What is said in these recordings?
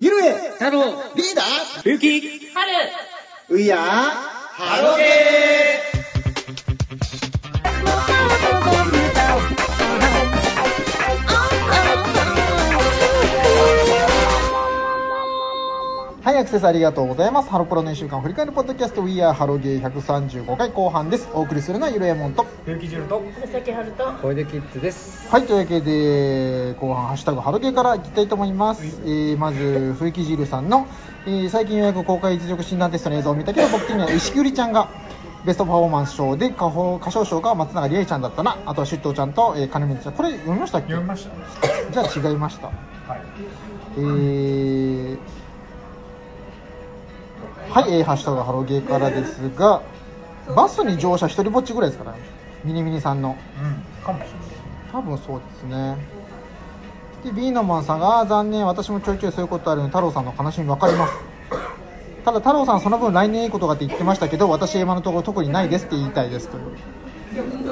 で、太郎、リーダー、ゆき、春ウィアー、ハロゲーはい、アクセスありがとうございます。ハロプロの1週間を振り返るポッドキャスト、We Are ハロゲー135回後半です。お送りするのはゆるやもんと。ゆきじると、佐々木春と小出キッズです。はい、というわけで、後半、ハッシュタグ、ハロゲーからいきたいと思います。えー、まず、冬木汁さんの、えー最近ようやく公開実力診断テストの映像を見たけど、僕的には石栗ちゃんが、ベストパフォーマンス賞で、歌唱歌唱賞が松永理恵ちゃんだったな、あとは出頭ちゃんと、えー、金光ちゃん。これ、読みましたっけ読みましたじゃあ違いました。はい。えー、はい、えー、ハッシュタグハロゲーからですが、バスに乗車一人ぼっちぐらいですかね、ミニミニさんの。うん。かもしれ多分そうですね。で、ビーノマンさんが、あー残念、私もちょいちょいそういうことあるので、太郎さんの悲しみ分かります。ただ、太郎さん、その分来年いいことがって言ってましたけど、私、今のところ特にないですって言いたいですという。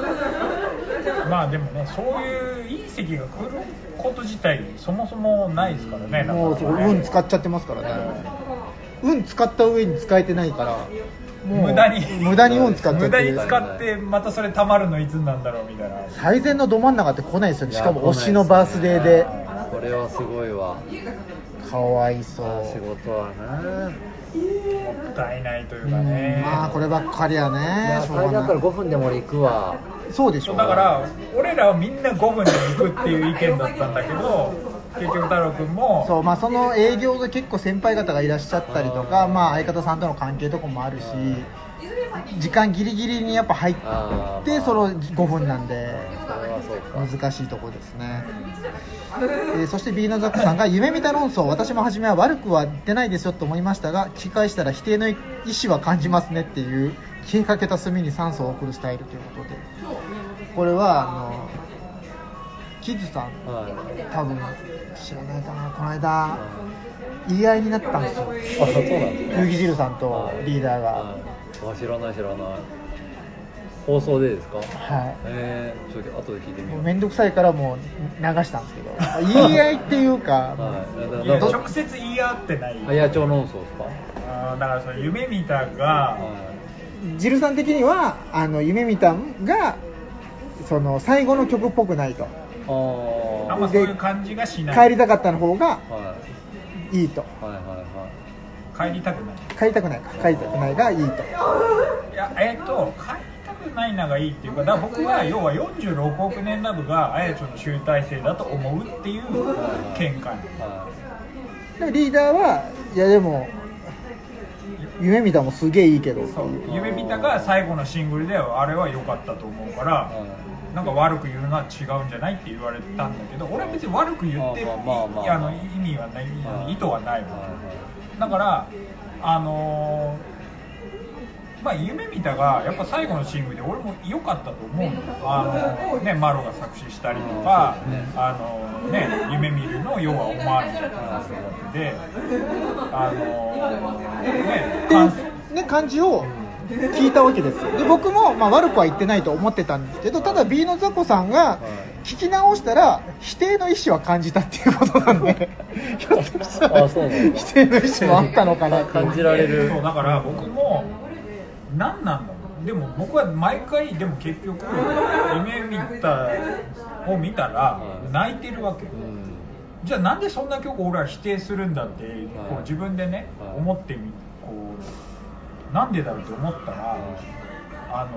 ない。まあでもね、そういう隕石が来ること自体そもそもないですからね。もう、そう運使っちゃってますからね。運使った上に使えてないから、もう無駄に無駄に運使っちゃって無駄に使ってまたそれ溜まるのいつになんだろうみたいな。最善のど真ん中って来ないですよねいやしかも推しのバースデーでこれはすごいわかわいそ仕う事はなもったいないといううかんね。まあこればっかりやいやねしょこれうがだからな5分でも俺行くわいそうでしそょうだから俺らはみんな5分で行くっていう意見だったんだけど結局太郎くんもそうまあその営業で結構先輩方がいらっしゃったりとかまあ相方さんとの関係とかもあるし時間ギリギリにやっぱ入っあーてまあその5分なんでそれはそうか難しいとこですね、えーそしてビーナザックさんが夢見た論争私も初めは悪くは言ってないですよと思いましたが聞き返したら否定の意思は感じますねっていう消えかけた炭に酸素を送るスタイルということでこれはあのキズさんはい多分知らないかなこの間言い合いになったんですよあそうなんです麦汁さんとリーダーがはいあ知らない知らない放送でですかはいえー、ちょっと後で聞いてみもようう面倒くさいからもう流したんですけど言い合いっていうか、はいいやど直接言い合ってないあ野鳥論争ですかあーだからその夢見たがはジルさん的にはあの夢見たんがその最後の曲っぽくないといああんーまそういう感じがしない帰りたかったの方がはいいいとはいはいはい帰りたくない帰りたくないか帰りたくないがいいといやえっ、と帰りたくないながいいっていうかだから僕は要は46億年ラブがあやちょの集大成だと思うっていう見解はでもリーダーはいやでも夢見たもすげえいいけどってそういう夢見たが最後のシングルではあれは良かったと思うから、はなんか悪く言うのは違うんじゃないって言われたんだけど俺は別に悪く言ってるいまあまあまあまあやあの意味はないはい意図はないはわいだからあのーまあ夢見たがやっぱ最後のシングルで俺も良かったと思うのあのーねマロが作詞したりとかうんそうですねあのーね夢見るの要はオマージュだったわけであのーねってい感う、ね、感じを聞いたわけですよで僕もまあ悪くは言ってないと思ってたんですけどただ B の雑魚さんが聞き直したら否定の意思は感じたっていうことなん でひょっとしたらあそうなんだ否定の意思もあったのかなっていう感じられるそうだから僕も何なんだろうでも僕は毎回でも結局夢見たを見たらはい泣いてるわけ、うんじゃあなんでそんな曲を俺は否定するんだってこはうい自分でねはい思ってみこうなんでだろうと思ったらあ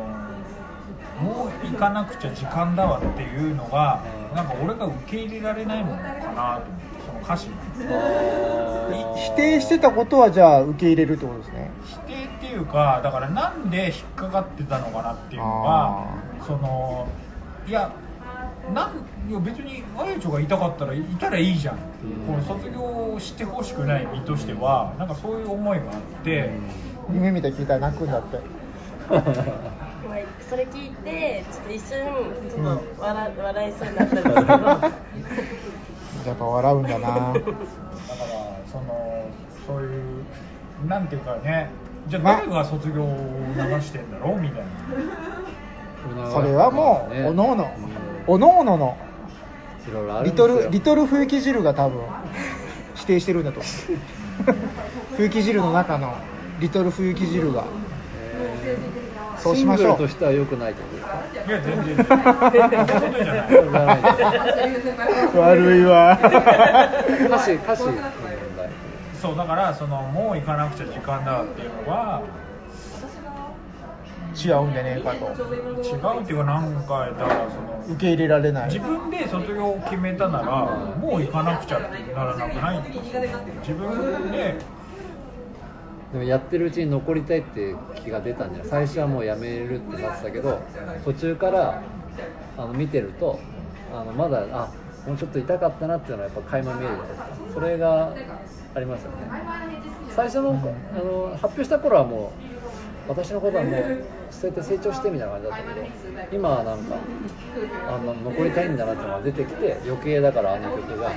のもう行かなくちゃ時間だわっていうのがいなんか俺が受け入れられないものかなと思ってその歌詞が。あー否定してたことはじゃあ受け入れるってことですね否定っていうかだからなんで引っかかってたのかなっていうのあがそのいやなんいや別にあやちょがいたかったらいたらいいじゃんっていう、うんこの卒業してほしくない身としてはなんかそういう思いがあって、夢見た聞いたら泣くんだってそれ聞いてちょっと一瞬ちょっと笑,、笑いそうになっ たんですけどやっぱ笑うんだなだからそのそういうなんていうかねじゃまあ誰が卒業を流してんだろうみたいな。 それはもうおのおのおのおののいろいろあるんリですよトルリトル冬木汁が多分否規定してるんだと 冬木汁の中のリトル冬木 汁がそうしましシょうングルとしては良くないってことですか いや、全然。そんなことじゃない。悪い わ歌詞歌詞の問題そう、だから、その、もう行かなくちゃ時間だっていうのは。違うんじゃねえかと違うっていうか、なんか、だから、その。受け入れられない自分で卒業を決めたなら、もう行かなくちゃってならなくないんですよ自分で。でもやってるうちに残りたいって気が出たんじゃない最初はもうやめるってなってたけど途中からあの見てるとあのまだあもうちょっと痛かったなっていうのはやっぱ垣間見えるじゃないですかそれがありますよね最初のあの発表した頃はもう私のことはもうそうやって成長してみたいな感じだったけど今はなんかあの残りたいんだなっていうのが出てきて余計だからあの曲が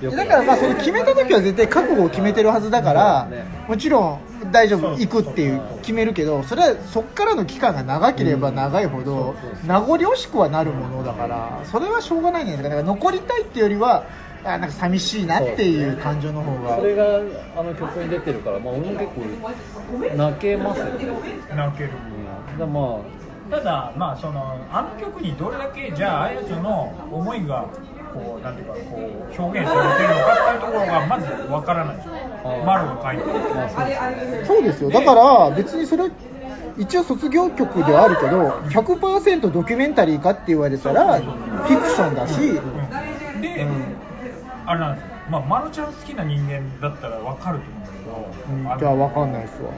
良くなだるからまあそれ決めた時は絶対覚悟を決めてるはずだから、ねもちろん大丈夫そうそう行くっていう決めるけどそれはそっからの期間が長ければ長いほど名残惜しくはなるものだからそれはしょうがないんじゃないですかだから残りたいっていうよりはあなんか寂しいなっていう感情の方がそれがあの曲に出てるから、まあ、俺も結構泣けますよね、泣ける。うん、だまただまあそのあの曲にどれだけじゃああやつの思いがこうなんていうかこう表現されてるのかっていうところがまずわからないですよーマロが書いてるあ、まあ、そうですねそうですよだから別にそれ一応卒業曲ではあるけど100%ドキュメンタリーかって言われたらフィクションだし、うんで、あれなんですよまあマロちゃん好きな人間だったらわかると思うんだけど、うんじゃあ分かんないっすわ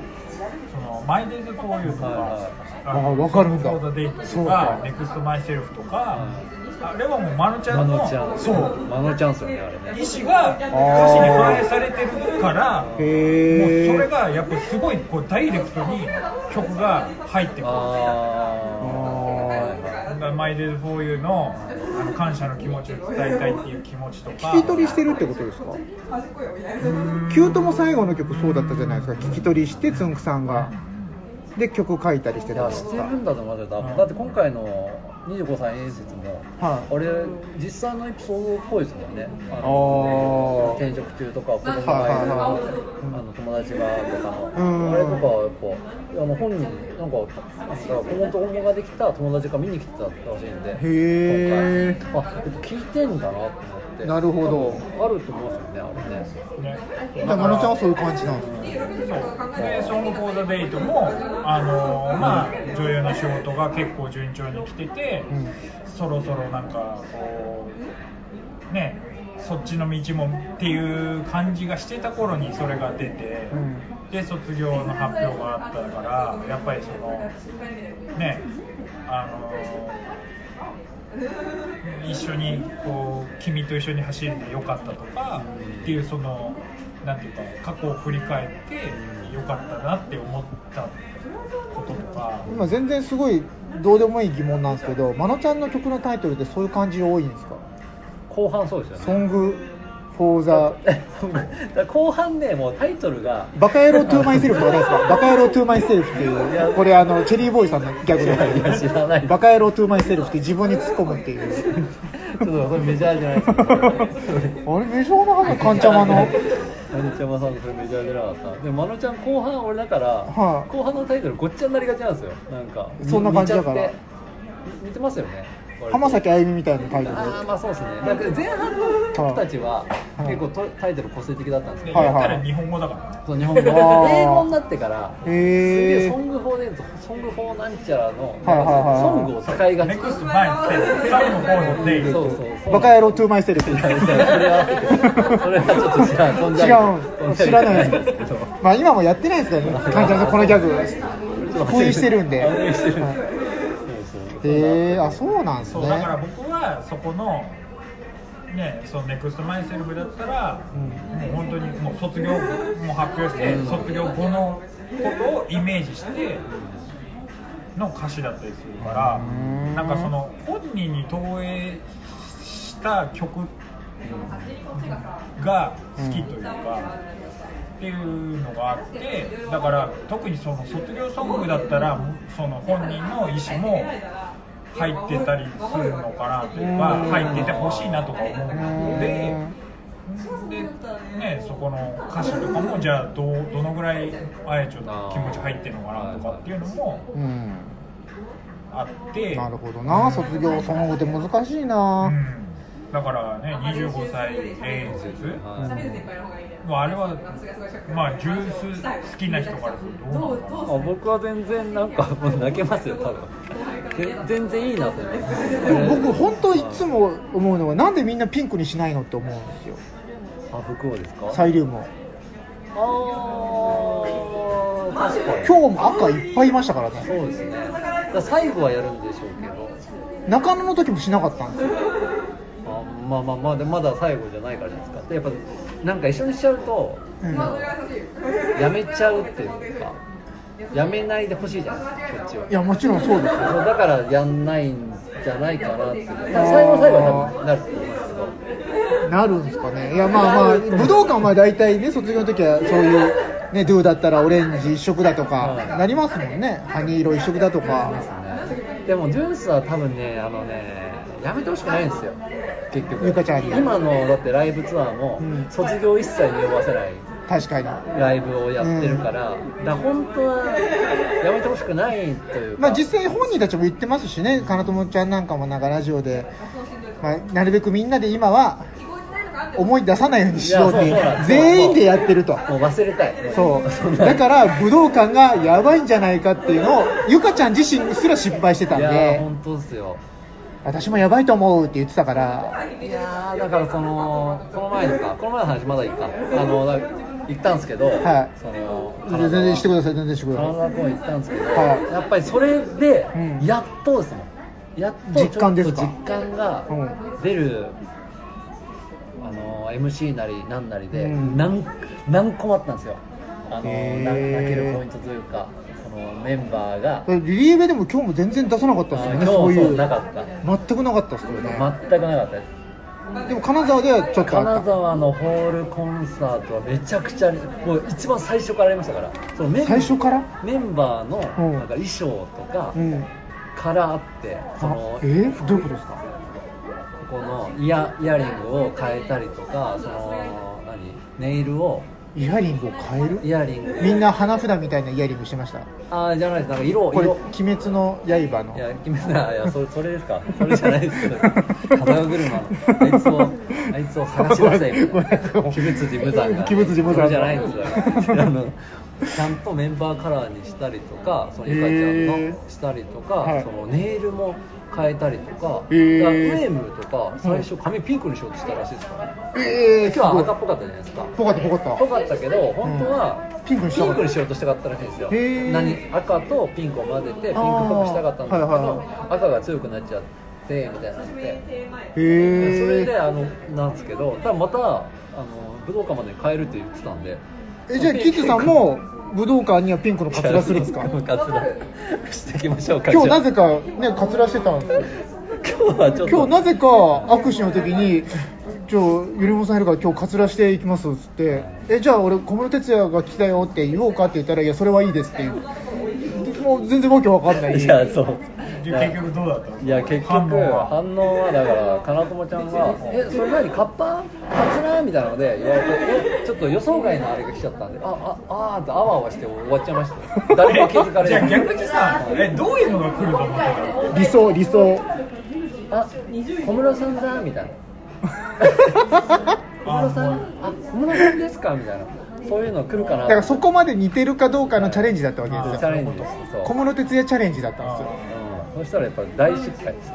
そのマイデイズフォーユーとかはい、あーわかるんだソードデイトそとうかか、ネクストマイセルフとか、あれはもうマロちゃマんのノちゃん、そうマノちゃんですよね、あれ意ね、思が歌詞に反映されてるからもうそへーれがやっぱすごいこうダイレクトに曲が入ってくるあ「マイデ y フォーユーのあの感謝の気持ちを伝えたいっていう気持ちとか聞き取りしてるってことですかキュートも最後の曲そうだったじゃないですか聞き取りしてつんくさんがで曲書いたりしーていたんや、ですしてるかんだと思ってた、だって今回の25歳演説も、はい俺、実際のエピソードっぽいですもんね、ああのー転職中とか、子供はいがはいいる、はいあの友達がとかうんの、あれとかはやっぱ、いやもう本人、なんか、本当、応募ができた友達が見に来てたらしいんで、へー今回あ聞いてんだなと思って、なるほど多分あると思うんですよね、あれね。ねじゃあまのちゃんはそういう感じなんですねそうで「ソング・フォー・ザ・デイトも」あのまあ女優の仕事が結構順調に来てて、そろそろなんかこうねそっちの道もっていう感じがしてた頃にそれが出て、うんで卒業の発表があったからやっぱりそのねあの一緒にこう君と一緒に走れてよかったとかっていうそのなんていうか過去を振り返ってよかったなって思ったこととか今全然すごいどうでもいい疑問なんですけどまのちゃんの曲のタイトルってそういう感じ多いんですか後半そうですソよね。ングフォーザ 後半ね、もうタイトルが、バカ野郎トゥーマイセルフってわかりますかバカ野郎トゥーマイセルフっていうこれあのチェリーボーイさんのギャグいやで知らないバカ野郎トゥーマイセルフって自分に突っ込むっていうちょっとそれメジャ ーじゃないですか。あれメジャーな話カンチャマのマヌちゃまさんのそれメジャーじゃなかったでもマヌちゃん後半俺だから、はい後半のタイトルごっちゃになりがちなんですよなんかそんな感じだか似らちゃって似似てますよね割と浜崎あゆみみたいなタイトルでああまあそうですねだから前半の僕たちは結構とタイトル個性的だったんですけでど、はい言はっいたら日本語だから、その日本語あー英語になってからすげへええソングフォーネントソングフォーなんちゃらの、はいはいはいはいソングを使いがちネクスト前に来て、最後の方のデイそトうそうそうバカ野郎トゥーマイセルフいやい やそれはそれはちょっと知らんそんな違う知らないそんですけどまあ今もやってないですけどねカンチャマのこのギャグ 封印してるんで封印してるんではいそうそうへえあそうなんですそねうだから僕はそこの、ね、そのネクストマイセルフだったら、うんもう本当にもう卒業も発表して、うん卒業後のことをイメージしての歌詞だったりするから、うんなんかその本人に投影した曲が好きというか。っていうのがあってだから特にその卒業ソングだったらその本人の意思も入ってたりするのかなというかうん入っててほしいなとか思うのでで、ね、そこの歌詞とかもじゃあどうどのぐらいあやちょの気持ち入ってるのかなとかっていうのもうんあってなるほどな卒業その後って難しいなうん、だからね25歳演説、まあ、あれは、まあ、ジュース好きな人からするとどうなのかなあ僕は全然なんかもう泣けますよ多分ぜ全然いいなと思いますでも僕本当いつも思うのはなんでみんなピンクにしないのって思うんですよあ服をですかサイリウムをああ確かに今日も赤いっぱいいましたからねそうですねだから最後はやるんでしょうけど中野の時もしなかったんですよあまあまあまあでまだ最後じゃないからじゃないですかでやっぱなんか一緒にしちゃうと、うんやめちゃうっていうかやめないでほしいじゃないですかこっちをいやもちろんそうですよそうだからやんないんじゃないかなっていう最後の最後は多分なると思いますけどなるんですかねいやまあまあ武道館は大体ね卒業の時はそういうねドゥだったらオレンジ一色だとかなりますもんね灰色一色だとかでもジュースは多分ねあのねやめてほしくないんですよ結局ゆかちゃんに今のだってライブツアーもうん卒業一切に呼ばせない確かにライブをやってるから、だから本当はやめてほしくないというか、まあ実際本人たちも言ってますしね金友ちゃんなんかもなんかラジオで、まあ、なるべくみんなで今は思い出さないようにしようっいやそてうそうなんです全員でやってるともう忘れたいそうだから武道館がやばいんじゃないかっていうのをゆかちゃん自身すら失敗してたんいやーで本当ですよ私もやばいと思うって言ってたからいやーだからそのこの前ですかこの前の話まだいいかあのだ行ったんですけど、はいその全然してください全然してく金ださ沢公園行ったんですけど、はいやっぱりそれでうんやっとですもん、やっと実感ですちかょっと実感がう出る、あの MC なりなんなりで、うん何何個もあったんですよあのへーな泣けるポイントというかそのメンバーがいリリーベでも今日も全然出さなかったですよあねーそうい今日そううなかった全くなかったですよね全くなかったですでも金沢ではちょっとあ金った沢のホールコンサートはめちゃくちゃもう一番最初からありましたからそのメン最初からメンバーのうんなんか衣装とかうんからあって、そのあえーどういうことですかこのイヤイヤリングを変えたりとかその何ネイルをイヤリングを変えるイヤリングみんな花札みたいなイヤリングしてましたああじゃないですなんか色をこれ「色鬼滅の刃の」いや決めたいやそれそれですかそれじゃないですけど風車のあいつをあいつを探し出せみごめんたいなごめん鬼滅寺無惨が鬼滅寺無惨のそれじゃないんですよあのちゃんとメンバーカラーにしたりとかそのゆかちへゃんーのしたりとか、はいそのネイルも変えたりとか、へーだからフレームとか最初髪ピンクにしようとしたらしいですから、ね、ええ今日は赤っぽかったじゃないですかぽかったぽかったぽかったけど本当うはんピンクにしたかったしようとしたかったらしいんですよへー何赤とピンクを混ぜてピンクっぽくしたかったんですけど、あーはいはい赤が強くなっちゃってみたいになってそへえれであのなんですけどただまたあの武道館まで変えるって言ってたんでえじゃあキッズさんも武道館にはピンクのカツラするんですか カツラしていきましょうか今日なぜかかねカツラしてたんですよ今日はちょっと今日なぜか握手の時に「ちょゆりもさんいるから今日カツラしていきます」っつって「えじゃあ俺小室哲哉が来たよ」って言おうかって言ったら「いやそれはいいです」っていうもう全然わけわかんないいやそうで結局どうだったのいや結局反反応応ははだからかなともちゃんが「えそれ何カッパカツラ?」みたいなので言われて「えちょっと予想外のあれが来ちゃったんでああああ」ってあわあわして終わっちゃいま したよ誰も気づかれじなゃあい逆にさえどういうのが来ると思ってたの理想 理想あ小室さんだみたいな 小室さんあ小室さんですかみたいなそういうの来るかなだからそこまで似てるかどうかのチャレンジだったわけチですャよレンジですそう小室哲哉チャレンジだったんですようんそしたらやっぱり大失敗です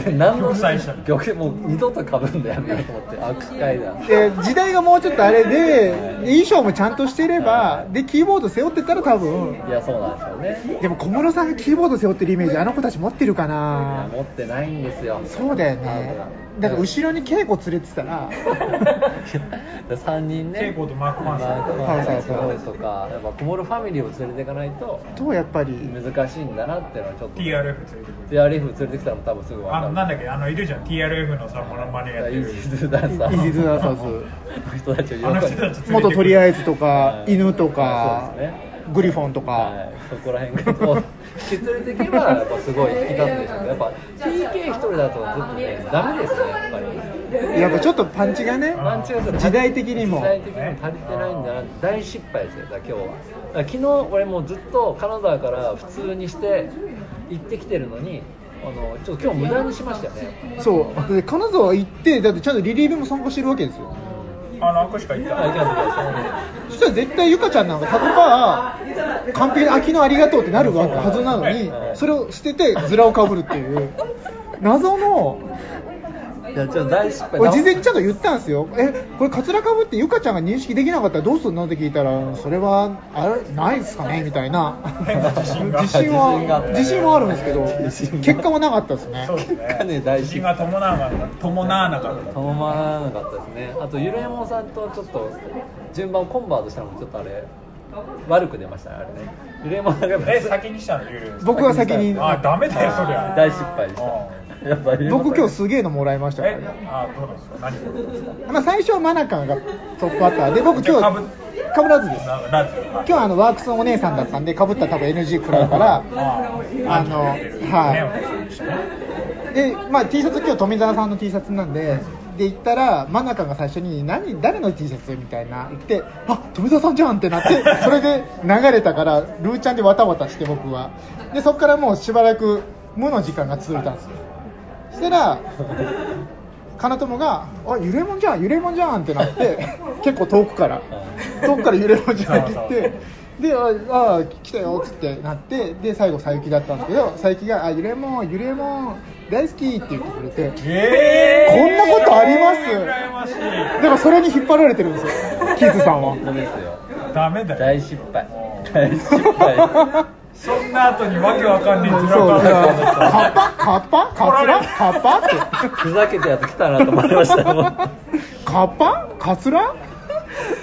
あそう何の玉砕した玉もう二度とかぶんだよねと思って握手会だで時代がもうちょっとあれでで衣装もちゃんとしてればでキーボード背負ってたら多分いやそうなんですよねでも小室さんがキーボード背負ってるイメージあの子たち持ってるかいやな持ってないんです よそうだよねだから後ろに稽古連れてたら 3人ね稽古とマークマンさんマークマンさんそうそうそうとかやっぱ小室ファミリーを連れていかないととやっぱり難しいんだなっていうのはちょっと TRF 連れてくる TRF 連れてきたら多分すぐ分あかのるなんだっけあのいるじゃん TRF のさモノマネやってイーるジーズダンサーイージーズダンサーズ この人たちをあの人たち連れてくる元とりあえずとかはい犬とそうかですねグリフォンとか、はい、そこら辺がこ う引き連れていけばやっぱすごい引き立つんでしょうけどやっぱ PK 一人だとちょっとねダメですねやっぱりやっぱちょっとパンチがねパンチがちょっと時代的にも時代的にも足りてないんだな大失敗ですよだから今日はだから昨日俺もうずっとカナダから普通にして行ってきてるのにあのちょっと今日無駄にしましたよねそうで金沢行ってだってちゃんとリリーベも参加してるわけですよあの、握手会行っあ行きた。ます行きますそしたら絶対ゆかちゃんなんか100%完璧に「あ昨日ありがとう」ってなるわはずなのにそれを捨ててズラをかぶるっていう謎のいや、ちょっと大失敗俺事前にちゃんと言ったんですよえこれカツラかぶってゆかちゃんが認識できなかったらどうするのって聞いたらそれはあれないですかねみたいな自信が自信自信があっはた自信はあるんですけど自信が結果はなかったですねそうです結果ね大ね。失敗自信が伴わなかった。伴わなかった。頼まらなかったですねあとゆるえもんさんとちょっと順番コンバートしたのもちょっとあれ悪く出ましたねあれねゆるえもんさんがえ、先にしたの、ゆる。僕が先にあ、ダメだよ、そりゃ。大失敗でしたやっぱゆるえもんさん僕今日すげえのもらいましたからえね、あ、どうなんですか。何。まあ、最初はマナカンがトップバッターで僕今で日かぶかぶらずですな、なんですか。今日はあのワークスのお姉さんだったんでかぶったら多分 NG 食らうからあのはいで、まあ、T シャツ今日富澤さんの T シャツなんでで行ったら真中が最初に何誰の T シャツみたいな言ってあ富澤さんじゃんってなってそれで流れたからルーちゃんでわたわたして僕はでそこからもうしばらく無の時間が続いたんですよそしたらかなともが「あゆれもんじゃんゆれもんじゃん」ってなって結構遠くから遠くからゆれもんじゃんって言ってで「ああ来たよ」っつってなってで最後さゆきだったんですけどさゆきが「あゆれもんゆれもん大好き」って言ってくれてえこんなことあります羨ましだからそれに引っ張られてるんですよキーズさんは本当ですよい。ダメだよ。大失敗大失敗そんな後にわけわかんねえそう面かカったことッパカッパカツラカッパってふざけたやつ来たなと思いま したもうカッパカツラ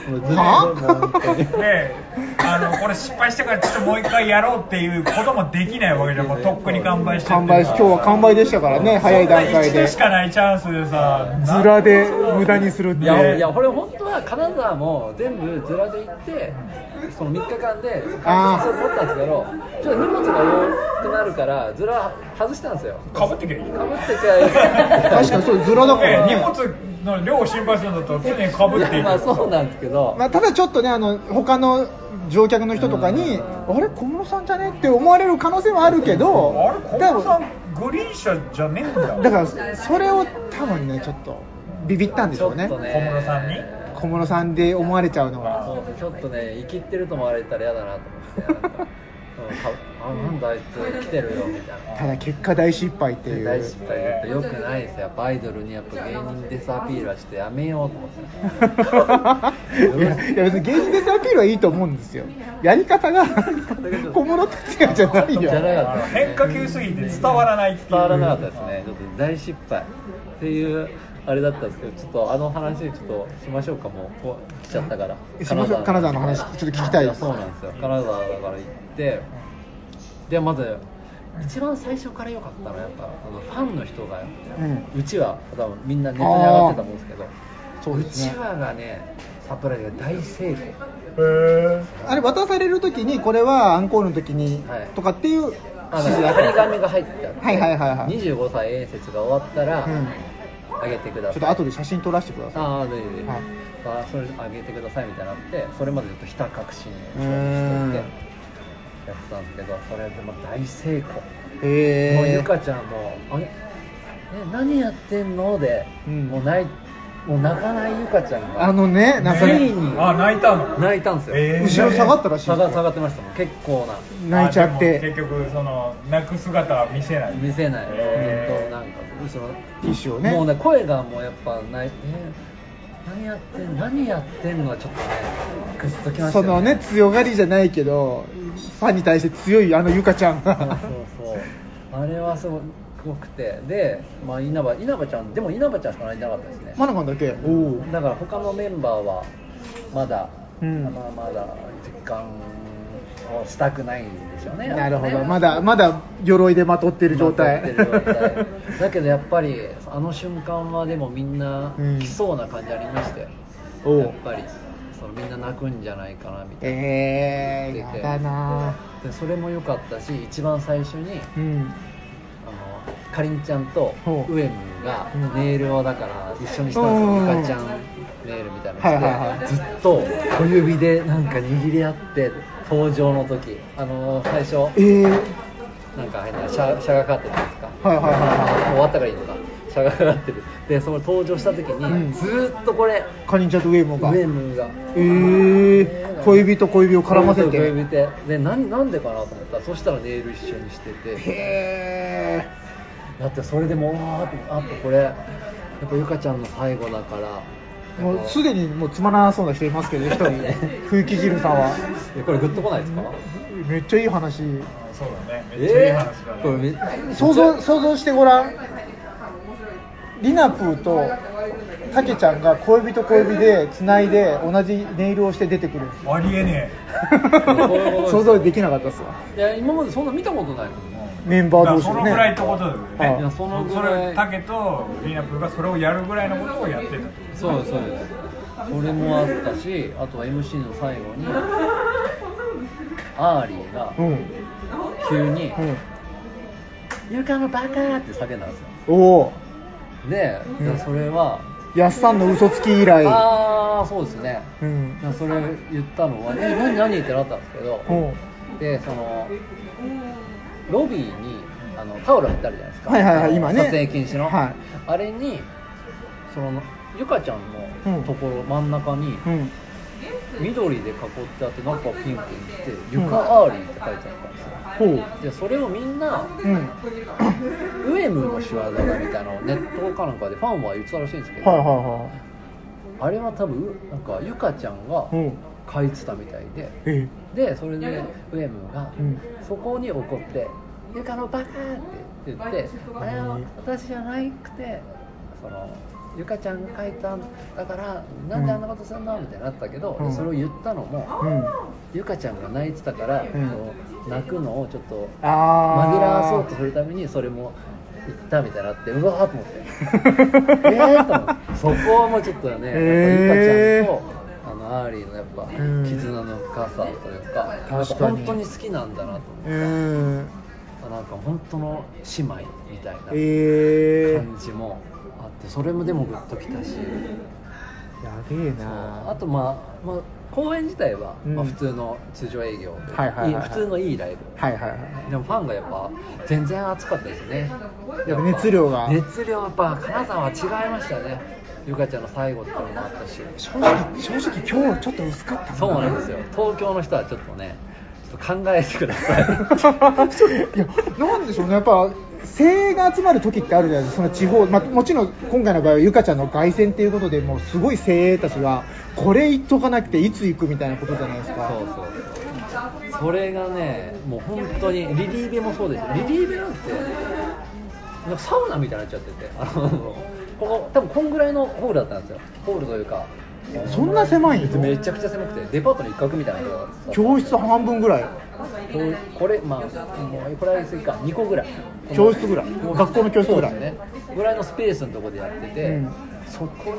もうずっとはもう本当にねえあのこれ失敗したからちょっともう一回やろうっていうこともできないわけじゃんもうとっくに完売して完売今日は完売でしたからね早い段階一度でしかないチャンスでさズラで無駄にするっていいうやいやこれ本当は金沢も全部ずらで行ってその3日間であーそれ持ったんですけどちょっと荷物が多くなるからずら外したんですよかぶってけばいいかぶってちゃいけない確かにそうズラだから、ねえ荷物の量を心配するんだったら常にかぶっていいいやまあそうなんですけど、まあ、ただちょっとねあの他の乗客の人とかにあれ小室さんじゃねって思われる可能性はあるけどあれ小室さ多ん分グリーン車じゃねえんだだからそれを多分ねちょっとビビったんでしちょょうっねとね小室さんに小室さんで思われちゃうのがそうちょっとね生きってると思われたら嫌だなと思ってなん かうんかあなんだあいつ来てるよみたいなただ結果大失敗っていう大失敗だってよくないですよやっぱアイドルにやっぱ芸人デスアピールはしてやめようと思って いやいや別に芸人でアピールはいいと思うんですよやり方が小室哲哉じゃないよじゃなかった変化球すぎて伝わらないっていう伝わらなかったですねちょっと大失敗っていうあれだったんですけどちょっとあの話ちょっとしましょうかもうこう来ちゃったからえしましょう金沢の話ちょっと聞きたいですそうなんですよ金沢だから行ってでまず一番最初から良かったのはやっぱあのファンの人がうんうちわ多分みんなネットに上がってたと思うんですけどそううですちねわがねサプライズが大成功へあれ渡されるときにこれはアンコールのときにはいとかっていう指 あの示だっ張たり紙が入ってたんではいはいはいはい25歳演説が終わったらうんあげてくちょだっさいと後で写真撮らせてくださいああ、で、で、はいあそれあげてくださいみたいになって、それまでずっとひた隠しにしてうーんやってたんですけど、それでも大成功。へもうゆえかちゃんも、あれ、え何やってんので、うんもうない、もう泣かないゆかちゃんが。あのねなんかついねにえあ泣いたの泣いたんですよ。え後ろ下がったらしい下が下がってましたもん、結構な。泣いちあゃっでもて結局その泣く姿は見せない見せない、ずっとへなんか、後ろ。ティッシュをもうねね声がもうやっぱない、えー何やってん何やってんのはちょっとねグッときましたそよのね強がりじゃないけどファンに対して強いあのゆかちゃそんうがそうそうあれはすごくてで、まあ、稲葉稲葉ちゃんでも稲葉ちゃんしか泣いてなかったですねマナカンだけおおだから他のメンバーはまだ、うんまあまだ実感をしたくないんでしょうねなるほやっどぱねまだまだ鎧でまとってる状態まとってる状態だけどやっぱりあの瞬間はでもみんな来そうな感じありましたよ、おうやっぱりそのみんな泣くんじゃないかなみたいな、 ええー、やだなでそれも良かったし一番最初にうんあのかりんちゃんとほうウエムがうんネイルをだから一緒にしたうんうんんうんですよ、ゆかちゃんネイルみたいなのして、はいはいはいずっと小指でなんか握り合って登場の時あの最初ええー、なんか変なしゃしゃがかかってるじゃないですかはいはいはもういは終わったからいいのかしゃがかかってるでその登場した時に、うんずーっとこれいかりんちゃんとウェイモウがエムがえー、小指と小指を絡ませて小指と小指ででなんなんでかなと思ったらそしたらネイル一緒にしててへえだってそれでもうあーっとあとこれやっぱゆかちゃんの最後だからもうすでにもうつまらなそうな人いますけど一 人風紀汁さんはえこれグッとこないですかめっちゃいい話そうだね。めっちゃいい話だえーこれめね。想像想像してごらんリナプーとたけちゃんが小指と小指でつないで同じネイルをして出てくるありえねー 想像できなかったっすわいや今までそんな見たことないえ。うんメンバー同士だでからそのぐらねいってことだよあね。あいやそのぐらいそれタケとリーナプーがそれをやるぐらいのことをやってたと。そうですそうですこれもあったしあとは MC の最後にアーリーがうん、う急にん、 「ゆかのバカ!」って叫んだんですよおおで、うんいやそれはやっさんの嘘つき以来ああそうですねうんそれ言ったのは「え何何?」ってなったんですけど、うんでそのロビーにあのタオル貼ってあるじゃないですかはいはいはい今ね撮影禁止の、はいあれにそのゆかちゃんうんのところ、真ん中に、うん緑で囲ってあって中ピンクにして「うんゆかアーリー」って書いてあったんですよほうでそれをみんなうんウエムの仕業だみたいなのをネットかなんかでファンは言ってたらしいんですけど、はいはいはあれは多分なんかゆかちゃんがうん書いてたみたいで、いえでそれでウエムがうんそこに怒って「ゆかのバカ!」って言って「あれは私じゃなくてそのゆかちゃんが書いたんだからなんであんなことするの?」みたいになったけど、うんそれを言ったのも、うんゆかちゃんが泣いてたから、んその泣くのをちょっとああ紛らわそうとするためにそれも言ったみたいになってうわーと思 ってええと思ってそこはもうちょっとね、へやっーぱゆかちゃんと。あのアーリーのやっぱうん絆の深さというか,、確かに本当に好きなんだなと思うって、んなんか本当の姉妹みたいええな感じもあってそれもでもグッときたし、やべえなあとまあ、まあ、公演自体は、うんまあ、普通の通常営業で、はいはいはいは普い通のいいライブはいはいはいでもファンがやっぱ全然熱かったですねやっぱ熱量が熱量やっぱ金沢は違いましたねゆかちゃんの最後っていうのもあったし正直正直今日ちょっと薄かったそうなんです よ東京の人はちょっとねちょっと考えてくだ さい いやなんでしょうねやっぱ声援が集まる時ってあるじゃないですかその地方、まあ、もちろん今回の場合はゆかちゃんの凱旋っていうことでもうすごい精鋭たちがこれ言っとかなくていつ行くみたいなことじゃないですかそうそうそうそれがねもう本当にリリーベもそうですリリーベなんてなんかサウナみたいになっちゃっててあのここ多分こんぐらいのホールだったんですよホールというかそんな狭いのめちゃくちゃ狭くてデパートの一角みたいなところだった教室半分ぐらいこうこれまあもうこれは過ぎか2個ぐらい教室ぐらい学校の教室ぐらいそうですねぐらいのスペースのところでやってて、うんそこに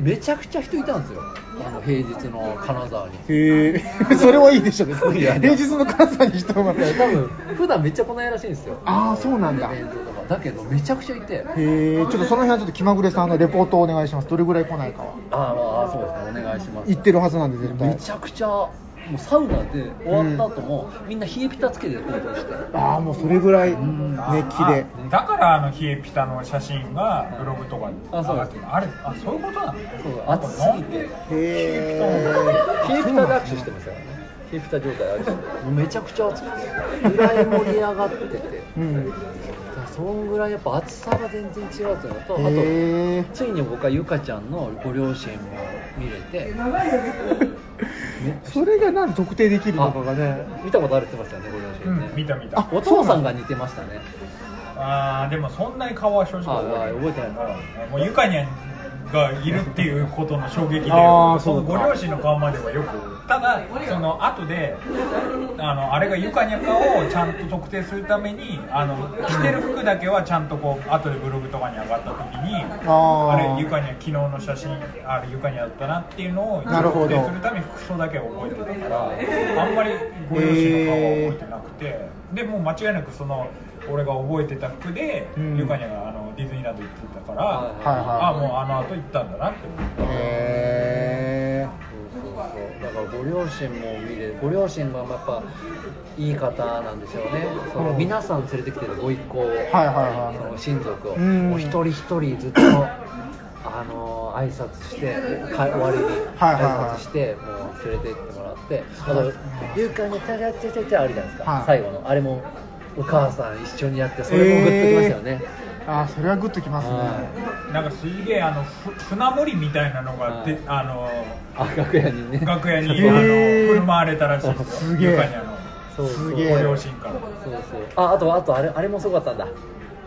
めちゃくちゃ人いたんですよあの平日の金沢にへえ それはいいでしょ別にいや平日の関西に人がいや多分普段めっちゃ来ないらしいんですよああそうなんだイベンへトとかだけどめちゃくちゃいてえちょっとその辺はちょっと気まぐれさんのレポートをお願いしますどれぐらい来ないかはああああそうですかお願いします行ってるはずなんで絶対めちゃくちゃもうサウナで終わった後も、みんな冷えピタつけて行動してああもうそれぐらいん熱気であだからあの冷えピタの写真がブログとかにあそう上がってるあれあそういうことなのそう暑すぎてへヒープタで握手してますからね。ヒープタ状態で握手してもうめちゃくちゃ熱くて、ぐらい盛り上がってて、だかえうんらそんぐらいやっぱ暑さが全然違うというのと、あへえと、ついに僕はゆかちゃんのご両親も見れて、それがなん特定できるのかがね見たことあるって言ってましたよね、ごう両親ね。ん見た見あたお父さんが似てましたね。あーでもそんなに顔は正直あ覚あえ覚えててなないいもうゆかにはがいるっていうことの衝撃であーそのそうごか両親の顔まではよくただその後であのあれがゆかにゃかをちゃんと特定するためにあの着てる服だけはちゃんとこう後でブログとかに上がった時にあーあれゆかにゃ昨日の写真あれゆかにゃだったなっていうのをなるほ特ど定するために服装だけは覚えてたからあんまりご両親の顔は覚えてなくて、でもう間違いなくその俺が覚えてた服で、うんゆかにゃがあのディズニーランド行ってたから、はいはいあもうあの後行ったんだなって思ってへそうそうそうだからご両親も見れるご両親がやっぱいい方なんでしょうねそのうん皆さん連れてきてるご一行を、はいはいはいその親族をうんもう一人一人ずっとあの挨拶してか終わりにはい挨はいはい拶してもう連れて行ってもらってあと「ゆうかにちゃちゃちゃちゃちゃ」あるじゃないですか、はい最後のあれもお母さん一緒にやってそれもグッときましたよね、えーあーそれはグッときますね、はなんかすげえあのふ船盛りみたいなのがで、はいあのあ楽屋にね楽屋に、へーあの振る舞われたらしいですよすげえゆかにゃのそうそうすげえご両親から。そうそうああとあとあれあれもすごかったんだ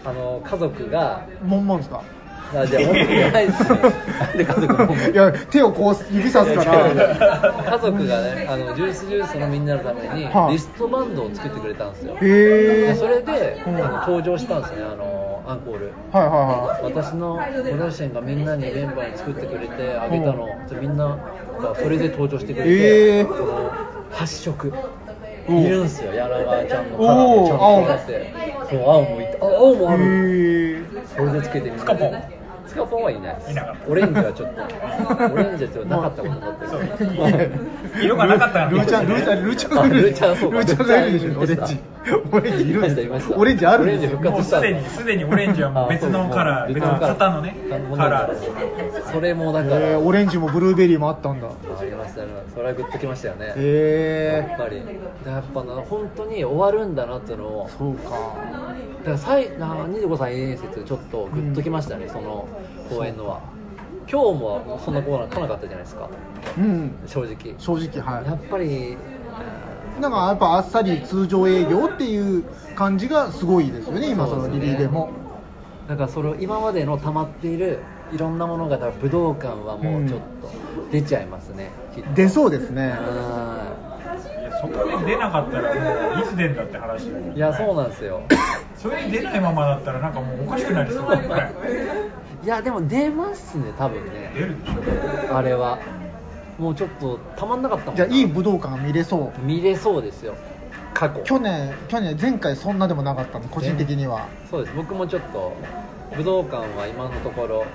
あの家族がもんもんですか あじゃあ本当にないですねなんで家族もいや手をこう指さすからいや違う違う家族がねあのジュースジュースのみんなのためにはいリストバンドを作ってくれたんですよ、へえでそれで、うんあの登場したんですねあのアンコールはいは私のご両親がみんなにメンバーに作ってくれてあげたの、じゃあみんながそれで登場してくれて、えーこの発色うんいるんすよやらがちゃんのカラーおーでちゃんとこうやってそう青もいたあ青いもあはいるへえそれでつけてみるスカポンスカポンはいないですいなかったオレンジはちょっとオレンジはちょっとなかったことになってる色がなかったのルーちゃんルーちゃんルーちゃんがいるあルーちゃんそうかルーちゃんがいるでしょオレルンージちオレンジいるんですいましたいましたオレンジあるんですオレンジよ復活もうすでにすでにオレンジはもう別のカラー、別別ののカラー型のねカラーです。それもだから、えーオレンジもブルーベリーもあったんだありましたありましたそれはグッときましたよね、やっへぱりやっぱな本当に終わるんだなっていうのをえそうかだからさいな25歳永遠説でちょっとグッときましたね、その公演のは今日もそんなコーナー来なかったじゃないですかうん正直正直はいやっぱりなんかやっぱあっさり通常営業っていう感じがすごいですよね、今そのリリーでも。なんかそれを今までの溜まっているいろんなものがだから武道館はもうちょっと出ちゃいますね、きっと出そうですね。ういやそこで出なかったらもういつ出んだって話だよんね。いやそうなんですよそれに出ないままだったらなんかもうおかしくなりそうだよね。いやでも出ますね多分出ねるでしょ。あれはもうちょっとたまんなかったもんなじゃあ、いい武道館が見れそう。見れそうですよ過去去年、去年、前回そんなでもなかったんで、個人的には。そうです僕もちょっと武道館は今のところ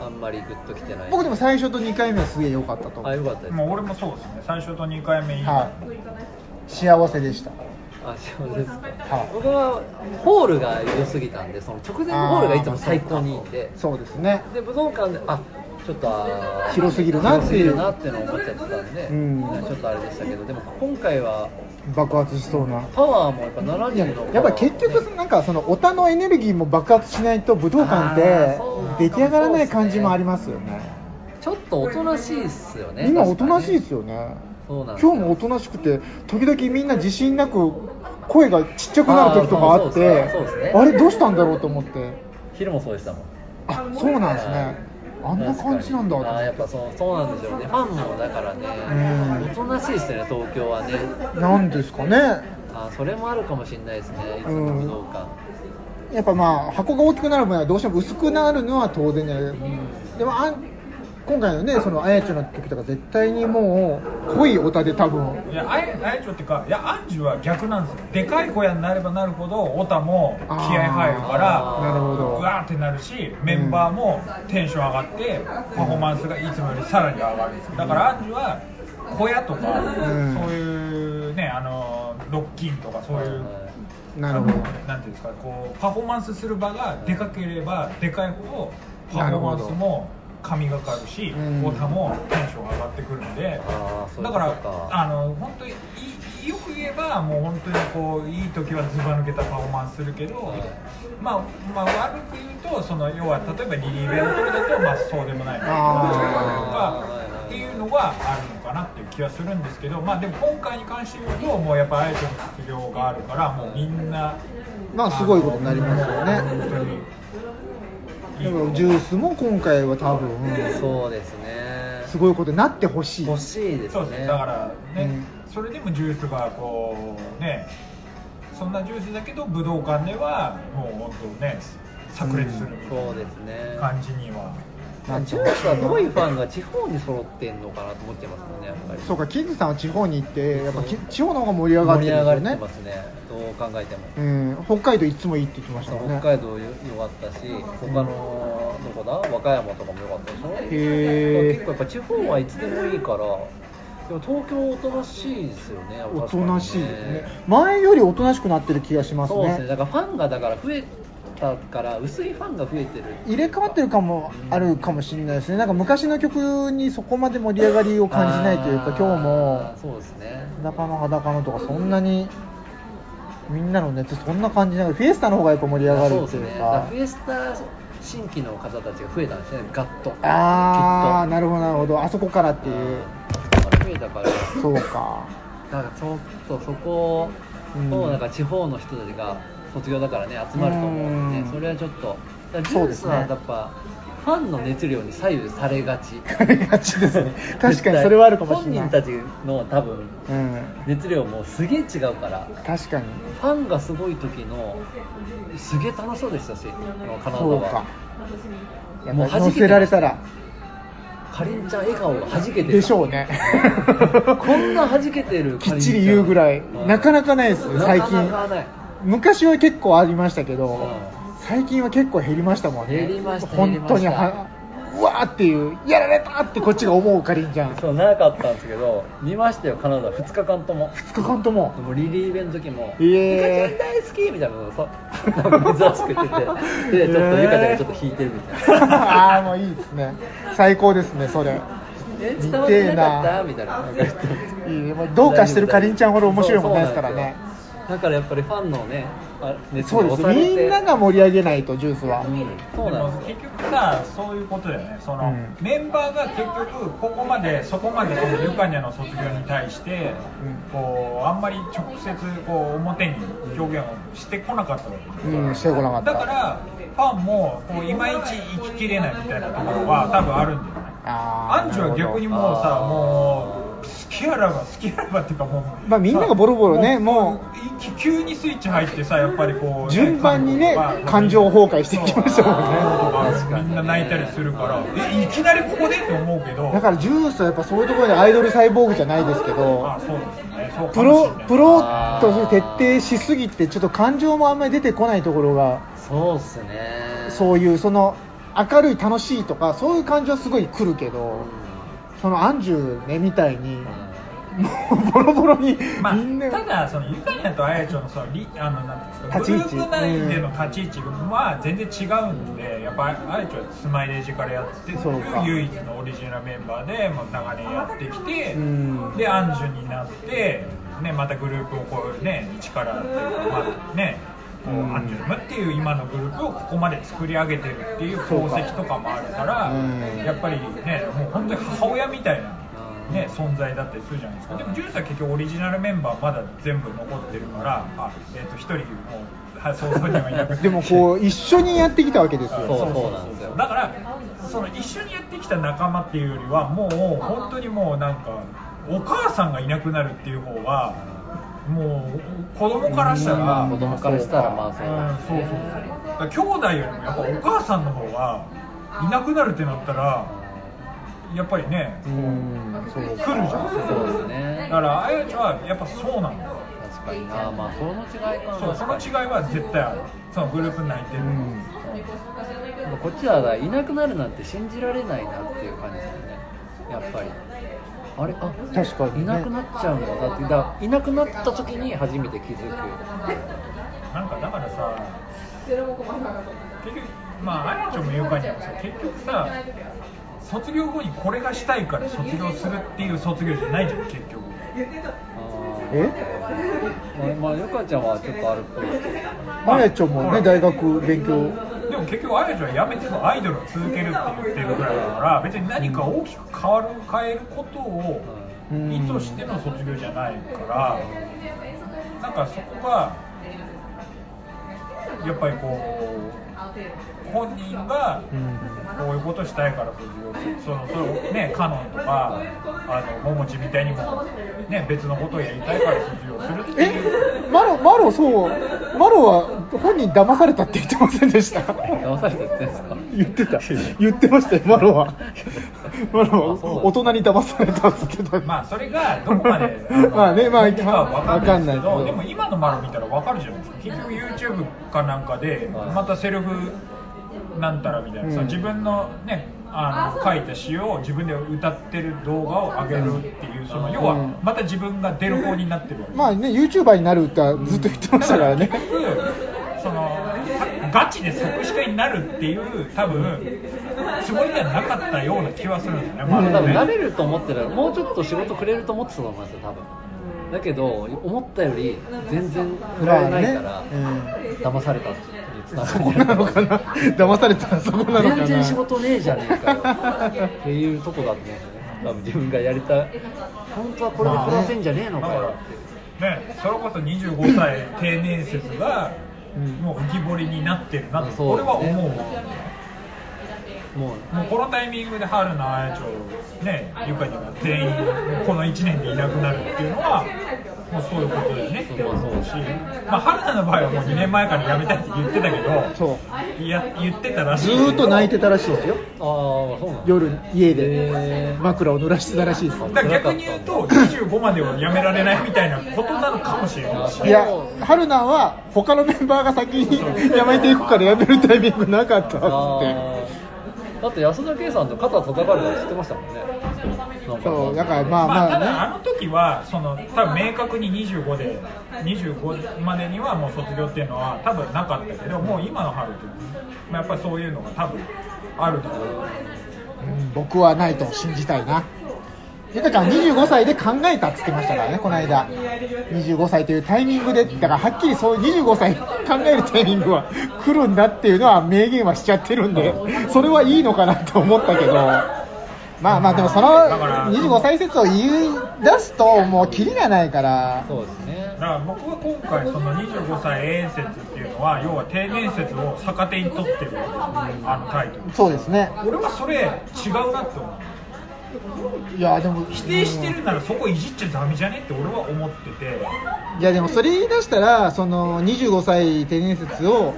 あんまりグッときてない僕でも最初と2回目はすげえ良かったと思あう。よかったですもう俺もそうですね。最初と2回目いいな。はい。幸せでした。あそうですかは僕はホールが良すぎたんでその直前のホールがいつも最高にいいんでい。そうですね。で武道館であちょっとあー広すぎるなってい広すぎうるなってのを思っちゃってたんで、うんちょっとあれでしたけどでも今回は爆発しそうな。パワーもやっぱ70のいやパワーやっぱり結局、なんかそのオタのエネルギーも爆発しないと武道館ってあーそう出来上がらない感じもありますよね。ちょっとおとなしいっすよね今おとなしいですよよね。そうなんですよ今日もおとなしくて時々みんな自信なく声がちっちゃくなる時とかあってあーそうそうそうですねあれどうしたんだろうと思って昼もそうでしたもんあそうなんですねあんな感じなんだああやっぱそうそうなんですよねファンもだからねうんおとなしいですね東京はねなんですかねあーそれもあるかもしれないですねいつも武道館やっぱまあ箱が大きくなる分はどうしても薄くなるのは当然じゃないでもあん今回のねそのあやちゃんの時とか絶対にもう濃いオタで多分いやあやあやちょっていうかいやアンジュは逆なんですよでかい小屋になればなるほどオタも気合入るかあらーなるほうどわーってなるしメンバーもテンション上がってパフォーマンスがいつもよりさらに上がるんですよだからアンジュは小屋とか、んそういうねあのロッキンとかそういう、なるほどあのなんていうんですかこうパフォーマンスする場がでかければでかいほどパフォーマンスも神がかるしうんオタもテンション上がってくるのであーそういうことかだからあの本当にいよく言えばもう本当にこういい時はずば抜けたパフォーマンスするけど、まあ、まあ悪く言うとその要は例えばリリー・ベルトルだとまあそうでもないなとあかっていうのがあるのかなっていう気はするんですけど、まあ、でも今回に関して言うともうやっぱあえての卒業があるからもうみんなまあすごいことになりますよ本ね当にだからジュースも今回は多分、そうですねすごいことになってほしい欲しいですそうですねねだからね、うそれでもジュースがこうねそんなジュースだけど武道館ではもう本当ね炸裂するみたいそうですねな感じには、なっちジゃュうースはどういうファンが地方に揃ってんのかなと思ってますもんねやっぱりそうかキッズさんは地方に行ってやっぱきそう地方の方が盛り上がってるんですよ盛り上がねってますねどう考えても、うん、北海道いつもいいって言ってましたそうもんね北海道よ良かったし他のどこだ和歌山とかも良かったでしょへー結構やっぱ地方はいつでもいいからでも東京おとなしいですよねおとなしいですね確かに前よりおとなしくなってる気がしますそうですねだねからファンがだから増えたから薄いファンが増えてる入れ替わってるかもあるかもしれないですねなんか昔の曲にそこまで盛り上がりを感じないというかあー今日もそうですね「裸の裸の」とかそんなにみんなの熱そんな感じながらフィエスタの方がやっぱ盛り上がるってそういですねだうからかフエスタ新規の方たちが増えたんですねガッとああきっなるほどなるほどあそこからっていうとだから増えたからそうかなんかちょっとそこうんをなんか地方の人たちが卒業だからね集まると思うんで、うね、んそれはちょっとだからジそュうーですスねはやっぱ、ファンの熱量に左右されがちありがちですね 確かにそれはあるかもしれない本人たちの多分うん熱量もすげえ違うから確かにファンがすごい時のすげえ楽しそうでしたしあのカナダそうかはやもうっぱり弾乗けてせられたらかりんちゃん笑顔がはじけてたでしょうね こんなはじけてるきっちり言うぐらいなかなかないいですよ最近なかなかない昔は結構ありましたけどう最近は結構減りましたもんね減りました本当に減りまはうわーっていうやられたってこっちが思うかりんちゃん2そうなかったんですけど見ましたよカナダ2日間とも日間ともでもリリーベの時も「えゆーかちゃん大好き!」みたいなのをそうなんか珍しく 言っててでちょっとゆかちゃんがちょっと引いてるみたいな ああもういいですね最高ですねそれ「え伝わってなかった?」みたいななんか言っていいねもうどうかしてるかりんちゃんほど面白いもんないですからねそうそうなんですよだからやっぱりファンのねあ熱そうにです押されてみんなが盛り上げないとジュースは、うんそうでなもんですよ結局さそういうことだよねその、うんメンバーが結局ここまでそこまでそのユカニャの卒業に対して、うんこうあんまり直接こう表に表現をしてこなかったわけうん、してこなかっただからファンもこういまいち生ききれないみたいなところは多分あるんだよねあーアンジュは逆にもうなるさほどもう好きあらば好きあらばっていうかもうまあみんながボロボロねさもう急にスイッチ入ってさやっぱりこう順番にねまあ感情崩壊していきましたもんねそうみんな泣いたりするからえいきなりここでって思うけどだからジュースはやっぱそういうところでアイドルサイボーグじゃないですけまあどそうですねそうかプもしロれないプロと徹底しすぎてちょっと感情もあんまり出てこないところがそうっすねそういうその明るい楽しいとかそういう感情はすごい来るけうんどそのアンジュねみたいにうんもうボロボロにまあみんな、ただそのゆかりんとあやちょのそのりあのなんていうんですか立ち位置グループ内での立ち位置がまあ全然違うんでやっぱあやちょはスマイレージからやってるそうか唯一のオリジナルメンバーでもう長年やってきてうんでアンジュになってねまたグループをこうね一からっていうかまあねこううんアンジュルムっていう今のグループをここまで作り上げてるっていう功績とかもあるからうんやっぱりねもう本当に母親みたいな。うんね、存在だったりするじゃないですかでもジュースは結局オリジナルメンバーまだ全部残ってるからあ、えー、と1人もうは早々にはいなくてでもこう一緒にやってきたわけですそうよそうなんですよだからその一緒にやってきた仲間っていうよりはもう本当にもうなんかお母さんがいなくなるっていう方はもう子供からしたらまあ子供からしたらまあそうなんですそうそうそうだから兄弟よりもやっぱお母さんの方はいなくなるってなったらやっぱりねうんそう来るじゃんそうですねだからあやちはやっぱそうなんだよ確かになまあその違いかなそうその違いは絶対あるそのグループ内で、うんこっちはいなくなるなんて信じられないなっていう感じですよねやっぱりあれあ確かにねいなくなっちゃうんだなってだからいなくなった時に初めて気づくなんかだからさ結局まああやちゃんも言うかにもさ結局さ卒業後にこれがしたいから卒業するっていう卒業じゃないじゃん結局ええまあゆかちゃんはちょっとあるっぽいですけどあやちょもね大学勉強でも結局あやちゃんは辞めてもアイドルを続けるって言ってるぐらいだから別に何か大きく変わる変えることをうん意図しての卒業じゃないからなんかそこがやっぱりこ本人がうんこういうことしたいからというよりそのそれをねカノンとかあの桃地みたいにもね別のことをやりたいから卒業するってえいう。マロマロそうマロは本人騙されたって言ってませんでした騙されてってんですか言ってた言ってましたよマロはマロは大人に騙されたって言ってた まあそれがどこま でまあねまあ本気かは分かんないですけわかどんないけどでも今の丸見たら分かるじゃないですか結局 YouTube かなんかではいまたセルフなんたらみたいな、うんその自分のねあの書いた詩を自分で歌ってる動画を上げるっていうその要うはんまた自分が出る方になってるわけまあね YouTuber になるってずっと言ってましたからね結局そのガチで作詞家になるっていう多分つもりではなかったような気はするんですね、まあ、多分ね慣れると思ってるもうちょっと仕事くれると思ってたと思いますよ多分だけど思ったより全然振られないから、騙されたってつなそこなのかな騙されたそこなのかな全然仕事ねえじゃねえかよっていうとこだと思うんですよね多分自分がやりたい本当はこれで暮らせんじゃねえのかよってね、それこそ25歳定年説がうんもう浮き彫りになってるなって、そう俺ですねは思うわもうもうこのタイミングで春の綾町ねゆかちゃんが全員この1年でいなくなるっていうのはもうそういうことだよねって思うし、まあ、春菜の場合はもう2年前から辞めたいって言ってたけどそいや言ってたらうしいずーっと泣いてたらしいですよああそうなんだ夜家でへー枕を濡らしてたらしいですだから逆に言うと25までは辞められないみたいなことなのかもしれないしいや、春菜は他のメンバーが先に辞めていくから辞めるタイミングなかったっつっあーだって安田圭さんと肩叩かれたの知ってましたもんねなんて。そう、だからまあまあ、ただあまあの時はその多分明確に25で25までにはもう卒業っていうのは多分なかったけどもう今の春って、まあ、やっぱりそういうのが多分あるだろうね、うん僕はないと信じたいな。ゆかちゃん25歳で考えたっつってましたからね、この間。25歳というタイミングで、だからはっきりそういう25歳考えるタイミングは 来るんだっていうのは明言はしちゃってるんで、それはいいのかなと思ったけど、まあまあでもそのだから25歳説を言い出すともうキリがないから、そうですねだから僕は今回その25歳永遠説っていうのは要は定年説を逆手に取ってるわけですよあのタイトルそうですね。俺はそれ違うなって思ういやでも否定してるならそこいじっちゃダメじゃねって俺は思ってていやでもそれ言い出したらその25歳定年説を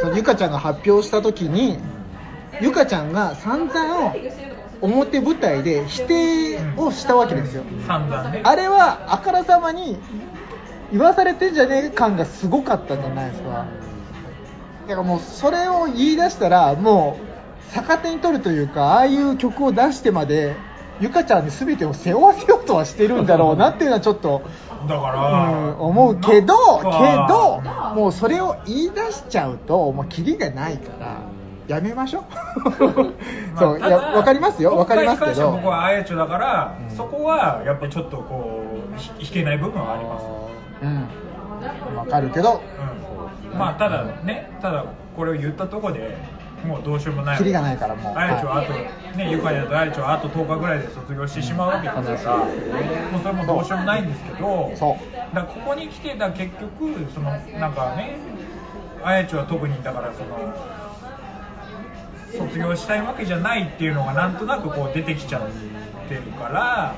そのゆかちゃんが発表した時にゆかちゃんが散々表舞台で否定をしたわけですよ散々ねあれはあからさまに言わされてんじゃねえ感がすごかったんじゃないですかだからもうそれを言い出したらもう逆手に取るというかああいう曲を出してまでゆかちゃんに全てを背負わせようとはしてるんだろうなっていうのはちょっとだかうら、ん思うけどなんけどかもうそれを言い出しちゃうともうキリがないからやめましょうまあそういただやわかりますよわかりますけ国会に関してはど僕はあやちょだから、うんそこはやっぱりちょっとこうひ引けない部分はありまうんわかるけどす、うん、まあただねただこれを言ったとこでもうどうしようもないキリがないからもうあやちょははあと、ねゆかりだとあやちょはあと10日ぐらいで卒業してしまうわけだから、もうそれもどうしようもないんですけどだそからここに来てだ結局そのなんかねあやちょは特にだからその卒業したいわけじゃないっていうのがなんとなくこう出てきちゃってるから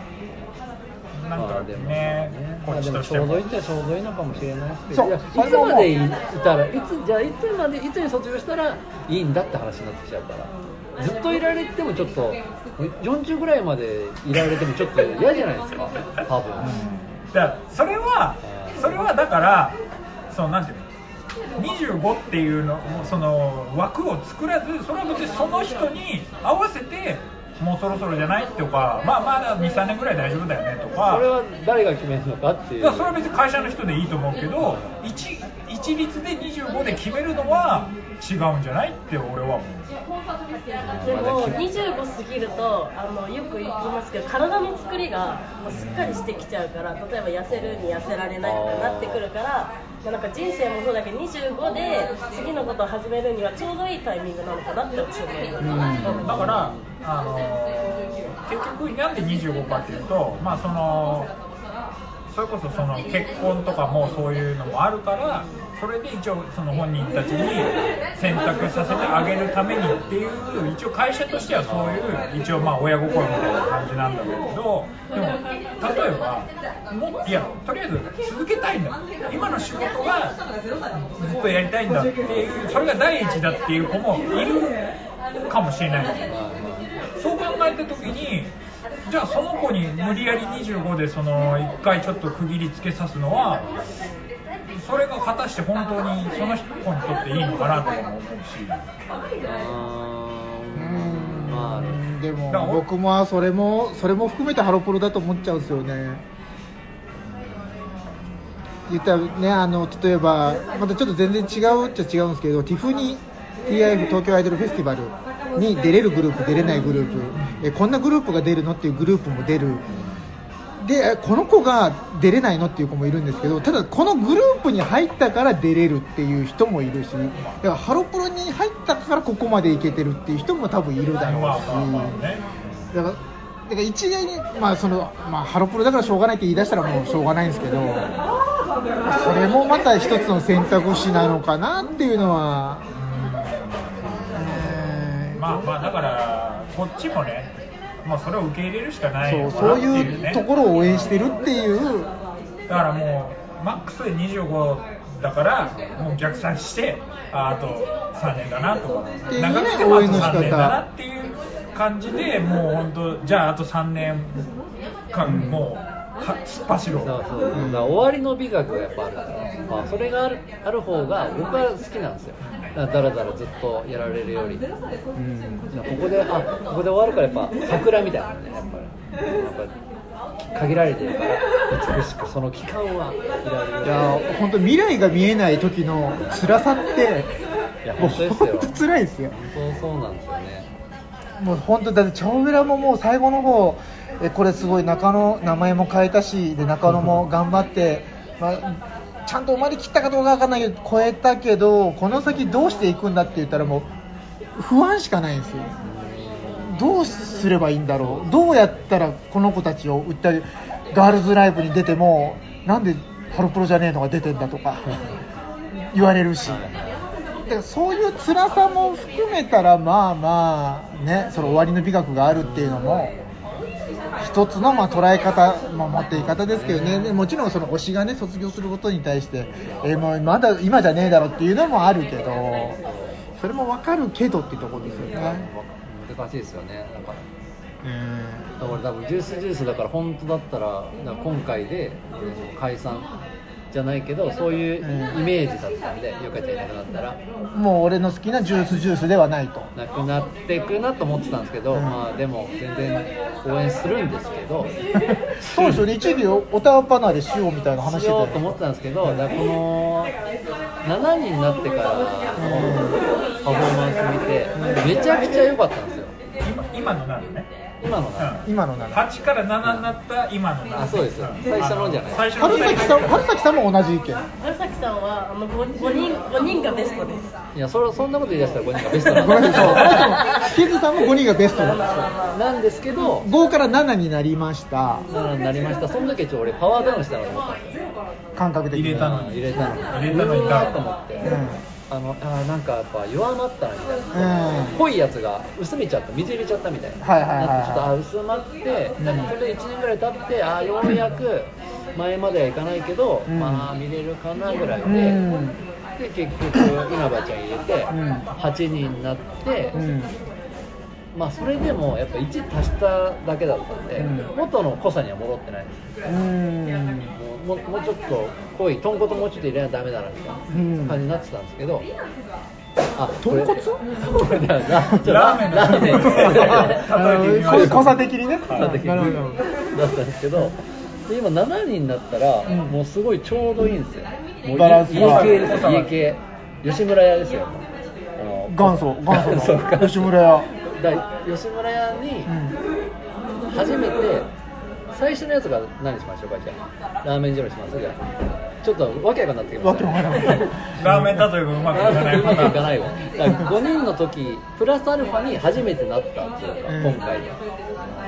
なんまかあでもねこっちとしてまあでもちょうどもいいっちゃちょうどいいのかもしれないですけそどういやいそれつもまでいたらいつじゃあいつまでいつに卒業したらいいんだって話になってきちゃうからずっといられてもちょっと40ぐらいまでいられてもちょっと嫌じゃないですか多分、だからそれはそれはだからそのなんていうの25っていうのもうその枠を作らずそれは別にその人に合わせてもうそろそろじゃないとかまあまだ23年ぐらい大丈夫だよねとかそれは誰が決めるのかっていいうやそれは別に会社の人でいいと思うけど一一律で25で決めるのは違うんじゃないって俺は思うでも25過ぎるとあのよく言いますけど体の作りがもうすっかりしてきちゃうから例えば痩せるに痩せられないとかになってくるから、まあ、なんか人生もそうだけど25で次のことを始めるにはちょうどいいタイミングなのかなって私は思います。だから、あのー結局なんで25かっていうとまあそのそれこそその結婚とかもそういうのもあるからそれで一応その本人たちに選択させてあげるためにっていう一応会社としてはそういう一応まあ親心みたいな感じなんだけどでも例えばもいやとりあえず続けたいんだ今の仕事が僕がやりたいんだっていうそれが第一だっていう子もいるかもしれない。そう考えた時にじゃあその子に無理やり25でその1回ちょっと区切りつけさすのはそれが果たして本当にその子にとっていいのかなとかも思うしうんまあうんでだからも俺僕もそれもそれも含めてハロプロだと思っちゃうんですよね言ったらねあの例えばまたちょっと全然違うっちゃ違うんですけどティフに TIF 東京アイドルフェスティバルに出れるグループ出れないグループえこんなグループが出るのっていうグループも出るでえこの子が出れないのっていう子もいるんですけどただこのグループに入ったから出れるっていう人もいるしだからハロプロに入ったからここまでいけてるっていう人も多分いるだろうし、まあまあまあねだからだから一概に、まあそのまあ、ハロプロだからしょうがないって言い出したらもうしょうがないんですけどそれもまた一つの選択肢なのかなっていうのは。えーまあまあだからこっちもねまあそれを受け入れるしかないそのうかそなうっていういねうところを応援してるっていう、だからもうマックスで25だからもう逆算してああと3年だなとかっていうね長くてもあ応と援の仕方3年だなっていう感じでもう本当じゃああと3年間もうか突っ走ろうそうそうだから終わりの美学がやっぱあるから、まあ、それがあるある方が僕は好きなんですよだからだらだらずっとやられるよりだからここであここで終わるからやっぱ桜みたいなねやっぱりやっぱ限られてるから美しくその期間はいられいるや本当未来が見えない時の辛さっていやもう本当ですよ本当辛いですよそうそうなんですよねもう本当だってチャオベラももう最後の方えこれすごい中野名前も変えたしで中野も頑張って、まあ、ちゃんと生まれきったかどうかわかんないけど超えたけどこの先どうしていくんだって言ったらもう不安しかないんですよどうすればいいんだろうどうやったらこの子たちを売ったりガールズライブに出てもなんでハロプロじゃねえのが出てんだとか言われるし。だからそういう辛さも含めたらまあまあねその終わりの美学があるっていうのも一つのまあ捉え方、まあ、持っていき方ですけどねでもちろんその推しがね卒業することに対して、えーもうまだ今じゃねえだろっていうのもあるけどそれも分かるけどってところですよね。難しいですよねなんかうだんから俺多分ジュースジュースだから本当だったらだから今回でうん解散じゃないけどそういうイメージだったんでよかちゃんいなくなったらもう俺の好きなジュースジュースではない と。なくなっていくなと思ってたんですけど、うんまあでも全然応援するんですけどそうですよね、一時おたわ離れしようみたいな話してしたよようねと思ってたんですけどだからこの7人になってからのパフォーマンス見てめちゃくちゃ良かったんですよ今今のなるね今のが。今のなら。 8から7になった今のなるあそうですよん最初のじゃない最初の春最崎初さん、春崎さんも同じ意見。春崎さんはあの 5, 人5人がベストですいやそれそんなこと言い出したら5人がベストごめなんんなです さい、ケズさんも5人がベストなんですよ。なんですけど5から7になりました、 7になりましたその時はちょっと俺パワーダウンしたのと思ったんですよ感覚的に。入れたのに入れたの入れたのにうわーと思って、うんあのあーなんかやっぱ弱まったなみたいなうん。濃いやつが薄めちゃった水入れちゃったみたいな、はいはいはいはいなってちょっとあ薄まって、うんなんかそれで1年ぐらい経ってあーようやく前まではいかないけど、うんまあ見れるかなぐらいで、うんで結局稲葉ちゃん入れて、うん8人になって、うん。まあそれでもやっぱ1足しただけだったんで、うん元の濃さには戻ってないうん。もうもうもうちょっと濃い豚骨もうちょっと入れないとダメだなみたいな。うん。感じになってたんですけど、あ豚骨これそうだよなちょラーメンラーメンあのこ濃さ的にね。だったけなどるほど。だったんですけどで今7人になったら、うんもうすごいちょうどいいんですよもうバランス家が系ですよ家系吉村屋ですよあの元祖、 元祖元祖の吉村屋。だから吉村屋にうん。初めて最初のやつが何しましょうかじゃあラーメン二郎しますじゃあちょっとわけがなってきまわしけたわねからない。ラーメン例えばうまくいかないうまくいかないわだから5人の時プラスアルファに初めてなったんですよ、うん今回で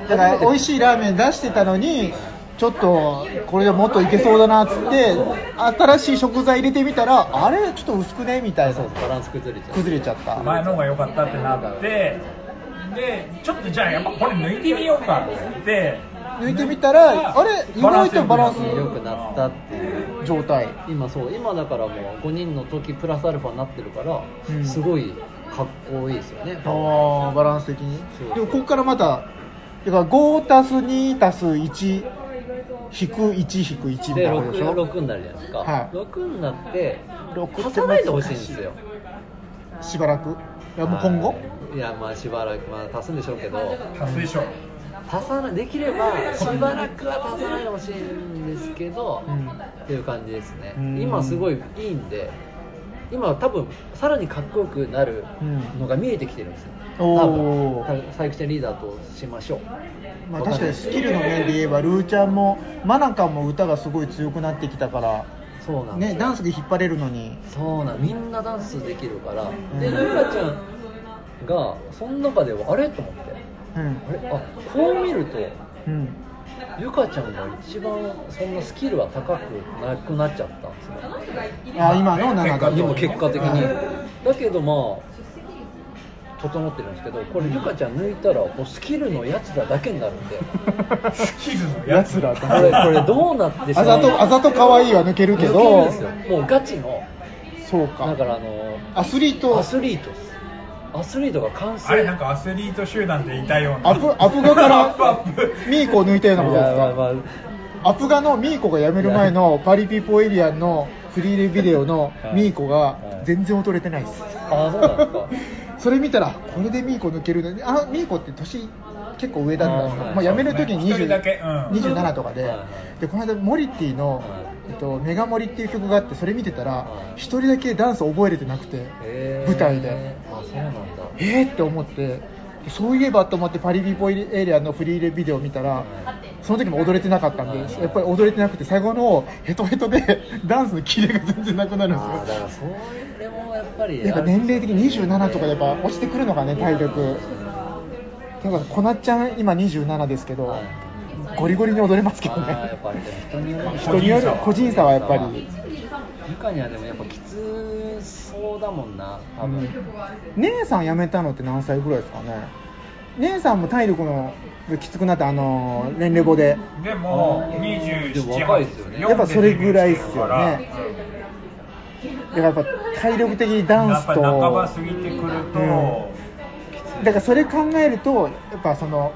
だから美味しいラーメン出してたのにちょっとこれでもっといけそうだなっつって新しい食材入れてみたらあれちょっと薄くねみたいなそうバランス崩れちゃう崩れちゃった前の方が良かったってなってでちょっとじゃあやっぱこれ抜いてみようかって抜いてみたらあれ意外とバランス良くなったっていう状態今そう今だからもう5人の時プラスアルファになってるから、うんすごいかっこいいですよねああバランス的にそうでもここからまただから5たす2たす1引く1引く1みたいでなことでし 6, ょ6になるじゃないですか、はい6になって六って足さないでほしいんですよしばらくいやもう今後はいいやまあしばらくまあ足すんでしょうけど達成しょ足さないできればしばらくは足さないでほしいんですけど、うんっていう感じですねうん今すごいいいんで今多分さらにかっこよくなるのが見えてきてるんですよ、うん多お分ーた佐伯ちゃんリーダーとしましょうまあ、確かにスキルの面で言えばルーちゃんもマナカンも歌がすごい強くなってきたかそうなら、んですね、よダンスで引っ張れるのにそうなんみんなダンスできるから、んでルカちゃんがその中ではあれと思ってうんあれあこう見るとうんゆかちゃんが一番そんなスキルは高くなくなっちゃったんですねあ今の7だと今結果的にうんだけどまあ整ってるんですけどこれゆかちゃん抜いたらもうスキルのやつらだけになるんでスキルのややつつらこれこれどうなってあざとあざと可愛いは抜けるけど抜けるんですよもうガチのそうかだからあのアスリートアスリートっすアスリートが完成あれなんかアスリート集団でいたようなアプアプガかアップアップらミーコを抜いたようなことですいやまあかまあアプガのミーコが辞める前のパリピポエリアンのフリーレビデオのミーコが全然踊れてないですあそうなんですか それ見たらこれでミーコ抜けるのにあミーコって年結構上だったんですあよーはいまあ、辞める時に一人だけ20うん27とかで,、はいはでこの間モリティのはい「えっと、メガモリ」っていう曲があってそれ見てたらはい一人だけダンス覚えれてなくてへー舞台であそうなんだえーって思ってそういえばと思ってパリピポエリアンのフリーレビデオを見たらその時も踊れてなかったんはでいやっぱり踊れてなくて最後の方ヘトヘトでダンスのキレが全然なくなるんあーですだよからそれもやっぱりやっぱ年齢的に27とかやっぱ落ちてくるのかね体力だからこなっちゃん今27ですけど、はいゴリゴリに踊れますけどあーやねっぱり人による人による個人差はやっぱりゆかにはでもやっぱきつそうだもんな多分、姉さん辞めたのって何歳ぐらいですかね姉さんも体力のきつくなってあのーレンレボででもあー27でも若いですよね4やっぱそれぐらいっすよねうんだからやっぱ体力的にダンスとやっぱ半ば過ぎてくると、だからそれ考えるとやっぱその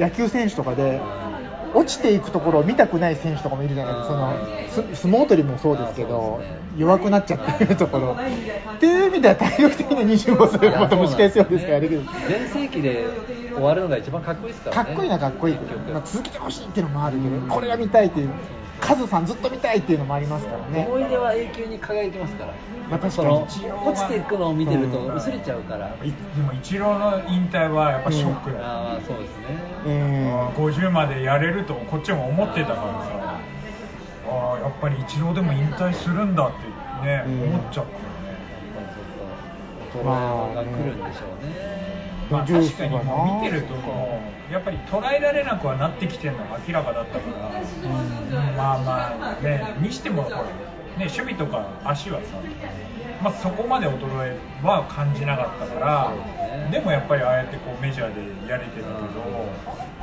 野球選手とかで落ちていくところを見たくない選手とかもいるじゃないですかそのす相撲取りもそうですけどあーそうですね弱くなっちゃってるところっていう意味では体力的に25歳 はまた蒸し返すようですからあれけど全盛期で終わるのが一番かっこいいですからかねっこいいなかっこいいけ結ど、局まあ、続けてほしいっていうのもあるけどうんこれが見たいっていうカズさんずっと見たいっていうのもありますからね思い出は永久に輝きますから、まあ確かにその落ちていくのを見てると薄れちゃうから、いでもイチローの引退はやっぱショックだよ、ああそうですねうん50までやれるとこっちも思ってたからさああやっぱりイチローでも引退するんだってね、うん思っちゃったよやねっぱりちょっと衰えが来るんでしょうね、まあ、ジュース確かにもう見てるともうやっぱり捉えられなくはなってきてるのが明らかだったから、まあまあねにしてもほら、ね、守備とか足はさ、まあ、そこまで衰えは感じなかったからそうで,、ねもやっぱりああやってこうメジャーでやれてるけど、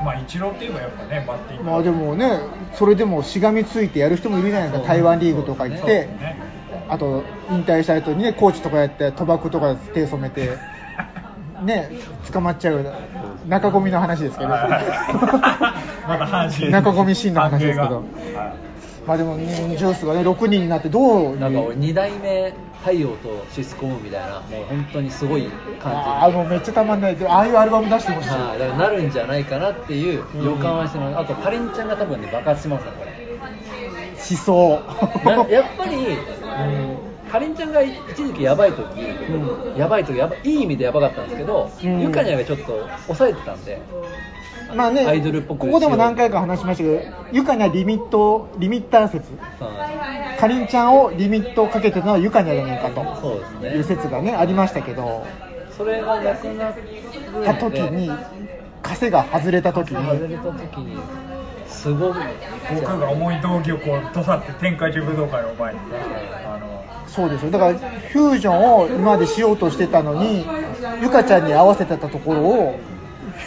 まあイチローっていえばやっぱねバッティングまあでもねそれでもしがみついてやる人もいるじゃないですか台湾リーグとか行っそうですてねあと引退した後にねコーチとかやって賭博とか手染 めてね捕まっちゃう中込みの話 ですけどまた阪 神中込シーンの話ですけ関ど係がはいまあでも、ね、ジュースがね6人になってどうなんか俺いう2代目太陽とシスコムみたいなもう本当にすごいあ感ーもうめっちゃたまんないああいうアルバム出してほしじい、はいだからなるんじゃないかなっていう予感はしてますあとかりんちゃんが多分ね爆発しますねこれしそなうやっぱりかりんちゃんが一時期やばい時、やばい時やばいい意味でやばかったんですけど、うんゆかにゃんがちょっと抑えてたんでまあねアイドルっぽくここでも何回か話しましたけどゆかにはリミットリミッター説はいかりんちゃんをリミットをかけてたのはゆかにゃじゃないかとそうですねいう説がねありましたけどそれがなくなるんでた時に枷が外れた時外れにた時にすごく悟空が重い道着をこう、とさって天下一武道会を前に、あの、そうですよだからフュージョンを今までしようとしてたのにゆかちゃんに合わせてたところを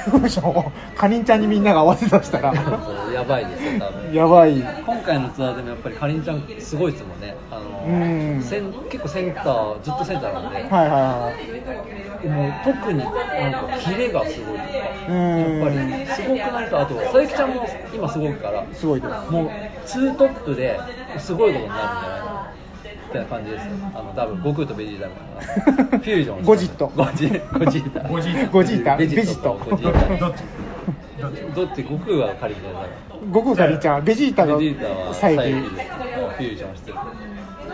フュージョンをかりんちゃんにみんなが合わせだしたらやばいですよ多分やばい今回のツアーでもやっぱりかりんちゃんすごいですもんねあのうんセン結構センターずっとセンターなんで、はいはもう特になんかキレがすごいとかうんやっぱりすごくないとあと佐伯ちゃんも今すごいからいすごいですもうツートップですごいことになるんじゃないかなみたいな感じですよあの多分悟空とベジータみたい なフュージョンゴジットゴジゴジータゴジータゴジータベベジジーータタゴジどータどっちどっちどっち悟空は仮になる悟空かりんちゃんベジータがベジータは最佐伯近ですもうフュージョンしてる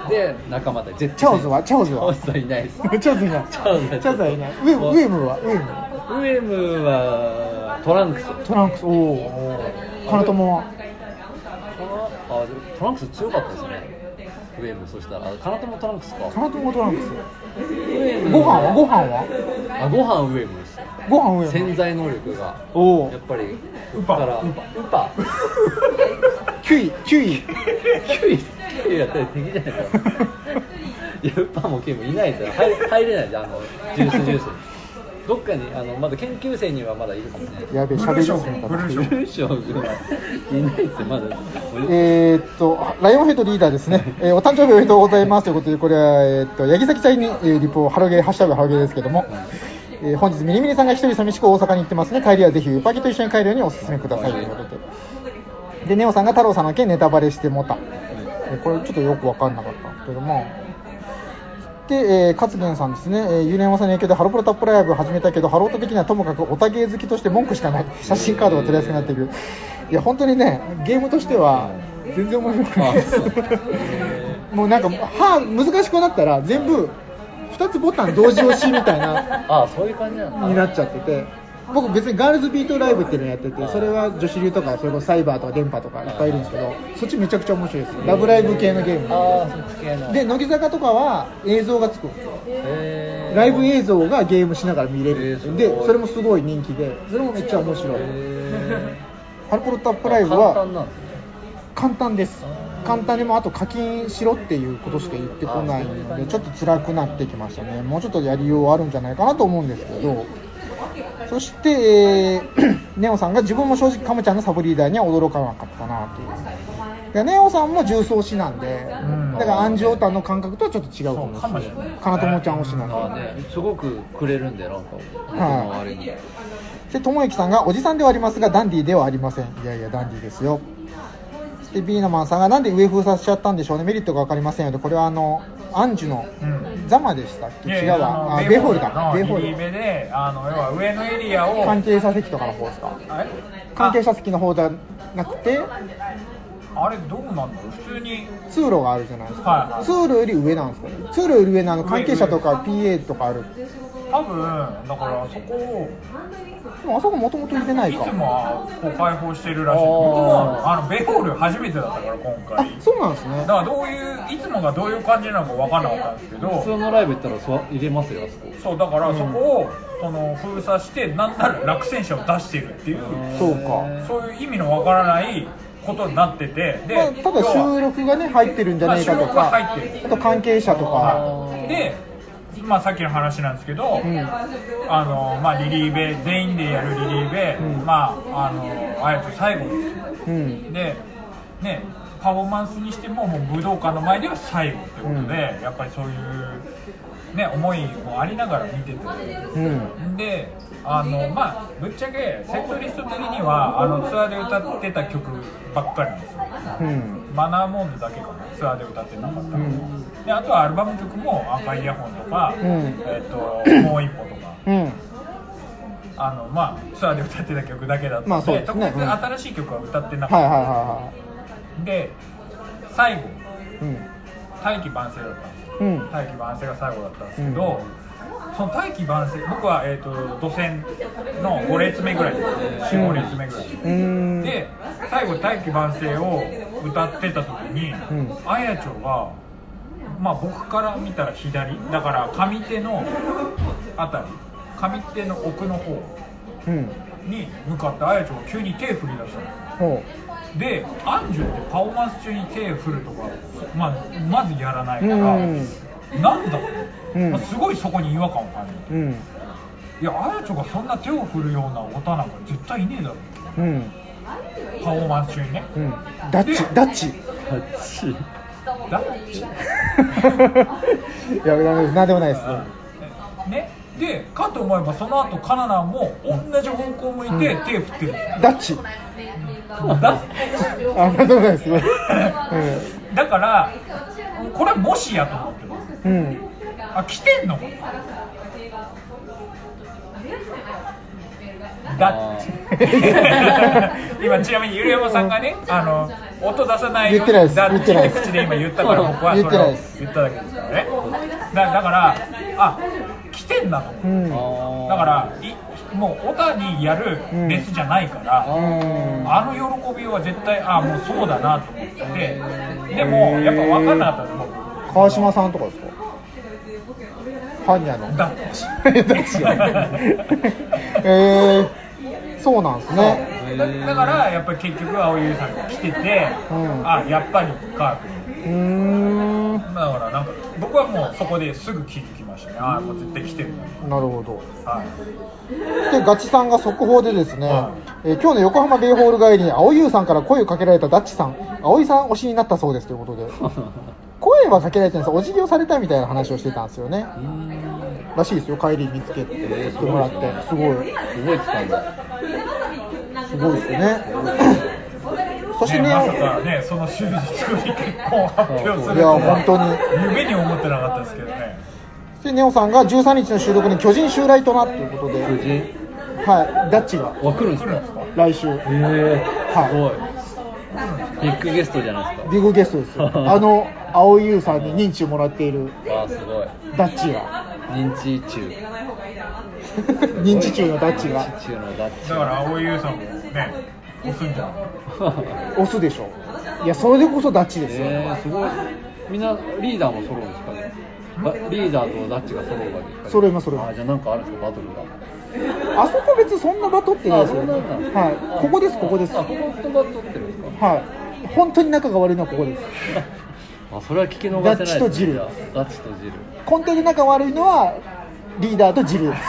で仲間で絶対チャオズはチャオズはチャオズはいないです チャオズいないチャオズチャオズはいないウェウェームはウェームはウエムはトランクストランクスおおカナトモはあでもトランクス強かったですねウエムそしたらあカナトもトランクスかカナトモトランクスウエムご飯はご飯はあご飯ウエムですよご飯ウェーム潜在能力がおおやっぱりウパからウパ9位9位 9位9位やったら敵じゃないですかいやウパもキムいないですよ入入れないじゃんあのジュースジュースどっかにあのまだ研究生にはまだいるかもしれないやべえブ喋ルーりショすッぎクたブルーショック文章はいないですよまだえーっとライオンヘッドリーダーですね、えーお誕生日おめでとうございますということで、これは、えーっと八木崎ちゃんに、えーリポをハロゲー、ハッシュタグハロゲーですけども、えー本日、ミリミリさんが一人寂しく大阪に行ってますね、帰りはぜひ、ウパキと一緒に帰るようにお勧めくださいということで、でネオさんが太郎さんの件、ネタバレしてもた、えーこれちょっとよく分かんなかったんですけども。で、えー、勝元さんですね、えー、ゆねまさんの影響でハロプロタップライブを始めたけど、ハロート的にはともかくオタゲー好きとして文句しかない、写真カードが取りやすくなっている、いや、本当にね、ゲームとしては全然面白くないですあそう、 もうなんか、歯、難しくなったら、全部、2つボタン同時押しみたいな、ああそういう感じなんだになっちゃってて。僕別にガールズビートライブっていうのやっててそれは女子流とかそれこそサイバーとか電波とかいっぱいいるんですけどそっちめちゃくちゃ面白いですラブライブ系のゲームああそっち系ので乃木坂とかは映像がつくんですよへーライブ映像がゲームしながら見れえるーすごいでそれもすごい人気でそれもめっちゃ面白いへハルコロタッープライブあ簡単なはんですね簡単です簡単にもうあと課金しろっていうことしか言ってこないのでちょっと辛くなってきましたねもうちょっとやりようあるんじゃないかなと思うんですけどそして、えーネオさんが自分も正直カムちゃんのサブリーダーには驚かなかったなというでネオさんも重装師なんで、うんだからアンジオタの感覚とはちょっと違うかもしそうれないかもしれないかなともちゃん推しなんで、ああねすごくくれるんでなんか僕の周りにで、ともゆきさんが、おじさんではありますが、ダンディーではありません。いやいや、ダンディーですよ。そして、ビーナマンさんが、なんで上封鎖しちゃったんでしょうね。メリットがわかりませんよね。これは、あの、アンジュのうんザマでしたっけ、いやい違うやわ。ああ、のベホールだ。ベベホホールのーリリル。ベであの要は上のエリアを関係者席とかの方ですか。あれ関係者席の方じゃなくて、あれどうなんだろう普通に通路があるじゃないですか。はいはい通路より上なんですかね。通路より上のあの関係者とか PA とかある。多分だからあそこをでも、あそこもともといてないいかつ。もはこう開放してるらしいあー僕もあのベホール初めてだったから今あ回、そうなんですねだ。からどういういつもがどういう感じなのか分かんなかったんですけ普通どのライブ行ったらそう入れますよあそこそうだからそこをその封鎖してなんなら落選者を出してるっていうそうか。そういう意味の分からないことになっててで、まあ、ただ要は収録がね入ってるんじゃないかとか、まあ収録は入ってるあと関係者とか、あーで、まあ、さっきの話なんですけど、うんあのまあ、リリーベ全員でやるリリーベ、うんまあ、あのあやと最後ですようん、で、ね、パフォーマンスにしてももう武道館の前では最後ってことで、うんやっぱりそういう、ね、思いもありながら見てて。うん、であのまあぶっちゃけセットリスト的にはあのツアーで歌ってた曲ばっかりなんですようん、マナーモンドだけかなツアーで歌ってなかったの、うんであとはアルバム曲も「赤いイヤホン」とか「うんえっともう一歩」とかうん、あの、まあ、ツアーで歌ってた曲だけだったので,、まあそうですね特うん別新しい曲は歌ってなはいはいかっはた、で最後いはい、大器晩成だったんですようん、うん、大器晩成が最後だったんですけど、その大器晩成僕は、えっと土線の5列目ぐらいです45列目ぐらい、うーん、で最後「大器晩成」を歌ってた時に、うんあやちょが、まあ、僕から見たら左だから上手のあたり上手の奥の方うん、に向かってあやちょが急に手振り出したのほでアンジュってパフォーマンス中に手振るとか、まあ、まずやらないから、うんなんだろう、うんまあすごいそこに違和感を感じるうんいやあやちょがそんな手を振るようなオタなんか絶対いねえだろうんパフォーマンス中にね、うんダッチダッチあっちだっていやダメです何でもないですねでかと思えばその後カナダも同じ方向向いて手振ってる、ダッチだあ何でもないですごい だからこれもしやと思ってますうん、うん、あ来てんのかだって 今ちなみにゆるやまさんがねあの音出さないように言ってないですだ言ってないです口で今言ったから僕はそ言ってれないをです言っただけですからねだだからあ来てんだと思ってう。んだからいもうオタにやるレスじゃないから、うんあの喜びは絶対あもうそうだなと思っててでもやっぱ分かんなかったと思う川島さんとかですかパンニャのだって ダッチや えー、そうなんですねだだからやっぱり結局青優さんが来てて、うんあやっぱりかうーんだからなんか僕はもうそこですぐ気づきましたねあもう絶対来てるななるほどはいでガチさんが速報でですね、はえー今日の横浜ベイホール帰りに青優さんから声をかけられたダッチさん葵さん推しになったそうですという ことで声はかけられてないですお辞儀をされたみたいな話をしてたんですよねらしいですよ帰り見つけてもらってすごい動いてたんだすごいですよね そしてねねまさかねその週日後に結婚発表するいや本当に夢にも思ってなかったですけどねでネオさんが13日の収録に巨人襲来となということで、無事はい、ダッチがわ来るんです来るんですかか来週、ビへえはすごいビッグゲストじゃないですかッグゲストです よ、あの青井優さんに認知をもらっているわあすごいダッチが、認知中 認知中のダッチが認、知中のダッチだから青井優さんもね押すんじゃん押すでしょ、いや、それでこそダッチですよ、えー、すごいみんなリーダーも揃うんですかねだリーダーとダッチが揃うわけですかね揃います揃いますあじゃあなんかあるんですかバトルがあそこ別にそんな場取ってないですよ、あそんなのはい、ここです、ここです、あはこことバトってるんですかい、本当に仲が悪いのはここです、 あそれは聞き逃せないですねダッチとジルじゃあダッチと ジル根底で仲悪いのはリーダー とジルです、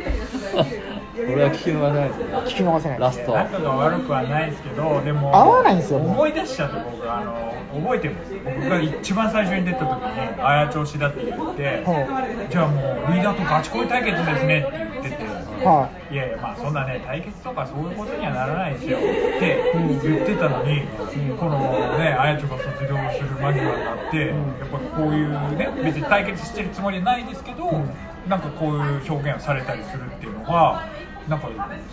これは聞き逃せないですね 聞き逃せないでラす。スト仲が悪くはないですけど、でも合わないんですよ思い出しちゃって、僕、あの覚えてます、僕が一番最初に出た時に、あや調子だって言って、はじゃあもう、リーダーとガチ恋対決ですねって言ってて、はいやいや、まあそんなね、対決とかそういうことにはならないですよって言ってたのに、このね、あやちょが卒業する間際になって、やっぱこういうね、別に対決してるつもりはないですけど、なんかこういう表現をされたりするっていうのが、なんか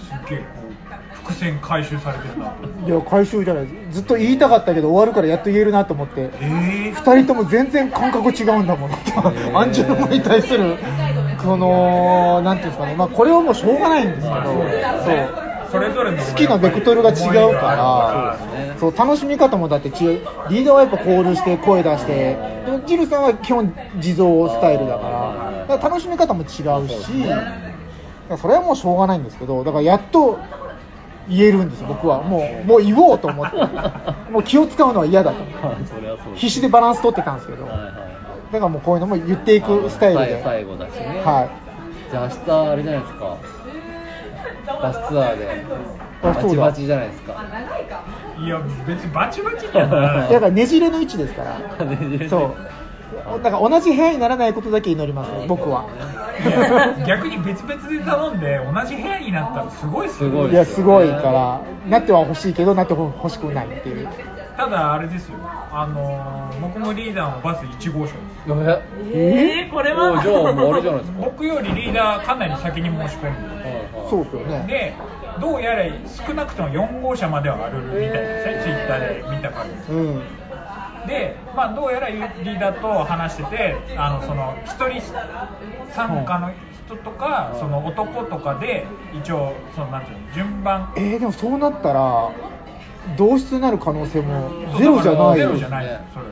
すっげえこう、伏線回収されてるなと。いや回収じゃないずっと言いたかったけど終わるからやっと言えるなと思ってえー2人とも全然感覚違うんだもんアンジュルムに対するこのなんていうんですかねまあこれはもうしょうがないんですけどそうそれぞれの好きなベクトルが違うかそうですねらそう楽しみ方もだって違うリーダーはやっぱコールして声出してでもジルさんは基本地蔵スタイルだあからーだから楽しみ方も違うしだからそれはもうしょうがないんですけどだからやっと言えるんですよ僕はもうもう言おうと 思ってもう気を使うのは嫌だとはいそれはそうです必死でバランス取ってたんですけどはいはだいはいからもうこういうのも言っていくスタイルで最最後だしねはいじゃあ明日あれじゃないですかバスツアーでババスツアーチバチじゃないですかいや別にバチバチじゃないいやだからねじれの位置ですか ねじれの位置らそうだから同じ部屋にならないことだけ祈ります僕 は 逆に別々で頼んで同じ部屋になったらすごいっすすごよいいやすごいからなっては欲しいけどなってほ欲しくないっていうただあれですよあのー僕もリーダーもバス1号車ですごめんえー、これはおじゃあもうあれじゃない ですか僕よりリーダーかなり先に申し込んでそうですよねでどうやら少なくとも4号車まではあるみたいですね、ツイッターで見た感じうんで、まあ、どうやらリーダーと話しててあのその1人参加の人とか、うんその男とかで一応そのなんていうの順番えー、でもそうなったら同室になる可能性もゼロじゃないゼよロじゃないそれも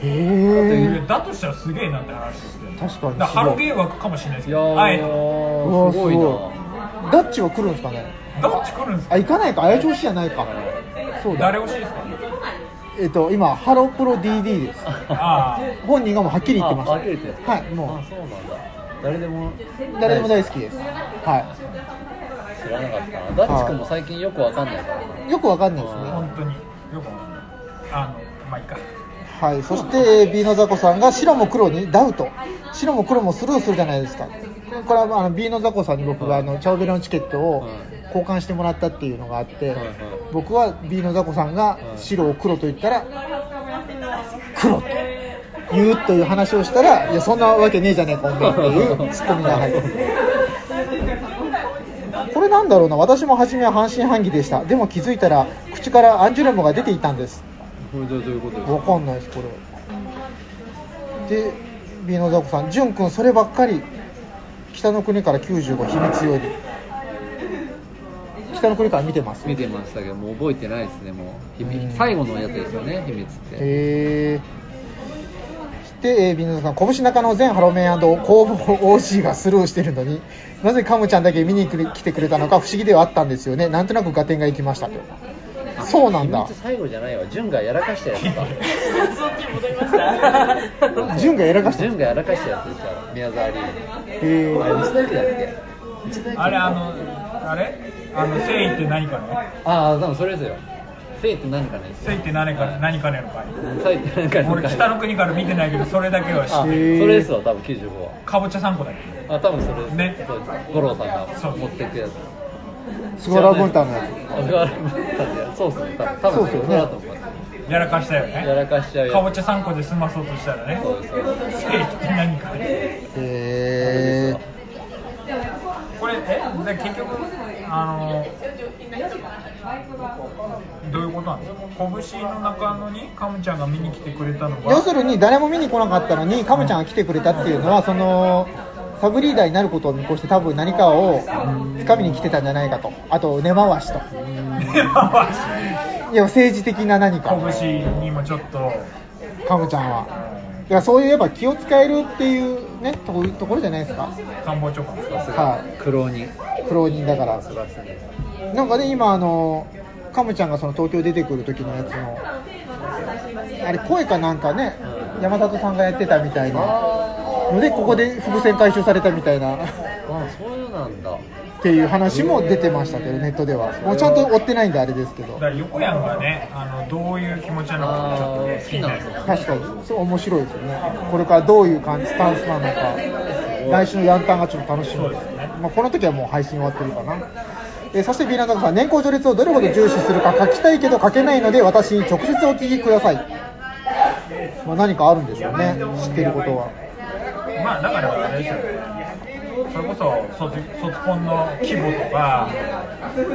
えだとしたらすげえなって話ですけど確かだにらハロゲー枠かもしれないですいけやどあえてー、ーすごいなうわすごいダッチは来るんですかねどっち来るんですかあ行かないか綾調子じゃないかそうだ誰欲しいですかえっと今ハロプロ DD ですあ本人がもうはっきり言ってましたあはっきり言ってはいあもそうなんだ誰でもう誰でも大好きですは知らなかったなダッチ君も最近よくわかんないからいよくわかんないですあね本当によくわかんないあのまあいいかはい、そして、ビーノザコさんが白も黒にダウト、白も黒もスルーするじゃないですか、これはあのビーノザコさんに僕があのチャオベロのチケットをうん交換してもらったっていうのがあってはいはい、僕はビーノザコさんがうん白を黒と言ったら、黒と言うという話をしたら、いや、そんなわけねえじゃねえか、お前っていうツッコミが入って。これなんだろうな私も初めは半信半疑でしたでも気づいたら口からアンジュレモが出ていたんですこれじゃあどういうことですわかんないですこれで B のザコさん「淳君そればっかり北の国から95秘密より」北の国から見てます見てましたけどもう覚えてないですねもう秘うん密最後のやつですよね秘密ってへえで、えー、ビーノザコさん、拳中の全ハロメン工房 OC がスルーしてるのになぜカムちゃんだけ見に来てくれたのか不思議ではあったんですよね、なんとなく合点がいきましたと、そうなんだ秘、密最後じゃないわ潤がやらかしたやつ だそっち戻りま した。純がやらかした、潤がやらかしたやつですから宮沢りえへえ道の駅だっけ道の駅あれあのあれあの誠意って何かねああ多分それですよ生って何かね誠意って何か何かねのか生って何かね俺北の国から見てないけどそれだけは知あっそてれるですわ多分95はかぼちゃ3個だっけあ多分それですねそうです五郎さんが持ってくやつスゴラ軍団のやつ。あ菅原文太のやつそうですね多分多分そうですよねれだと思いますやらかしたよねやらかしちゃうやつかぼちゃ3個で済まそうとしたらねそうです誠意って何かねへーこれえで結局あのどういうことなんですか拳の中野にカムちゃんが見に来てくれたのが要するに誰も見に来なかったのにカムちゃんが来てくれたっていうのはそのサブリーダーになることを見越して多分何かを掴みに来てたんじゃないかとあと根回しといや政治的な何か 拳にもちょっとカムちゃんはいやそういえば気を使えるっていうねとこところじゃないですか官房長官ですかさすはがい苦労人苦労人だからさすがですねなんかね今あのカムちゃんがその東京出てくる時のやつのあれ声かなんかね山里さんがやってたみたいなのでここで伏線回収されたみたいなあそういうなんだっていう話も出てましたけど、ネットでは。もうちゃんと追ってないんであれですけどだか。ら横山がねあのどういう気持ちなのかちょっとねあー気になる好きなんで確かに、そう面白いですよね。これからどういう感じ、スタンスなのか。来週のヤンタンがちょっと楽しみですそうですねね。まあ、この時はもう配信終わってるかな。えーそして B なんとかさん、年功序列をどれほど重視するか書きたいけど書けないので、私に直接お聞きください。まあ、何かあるんでしょうね、知ってることは。まあだからあれですよねそれこそ卒卒コンの規模とか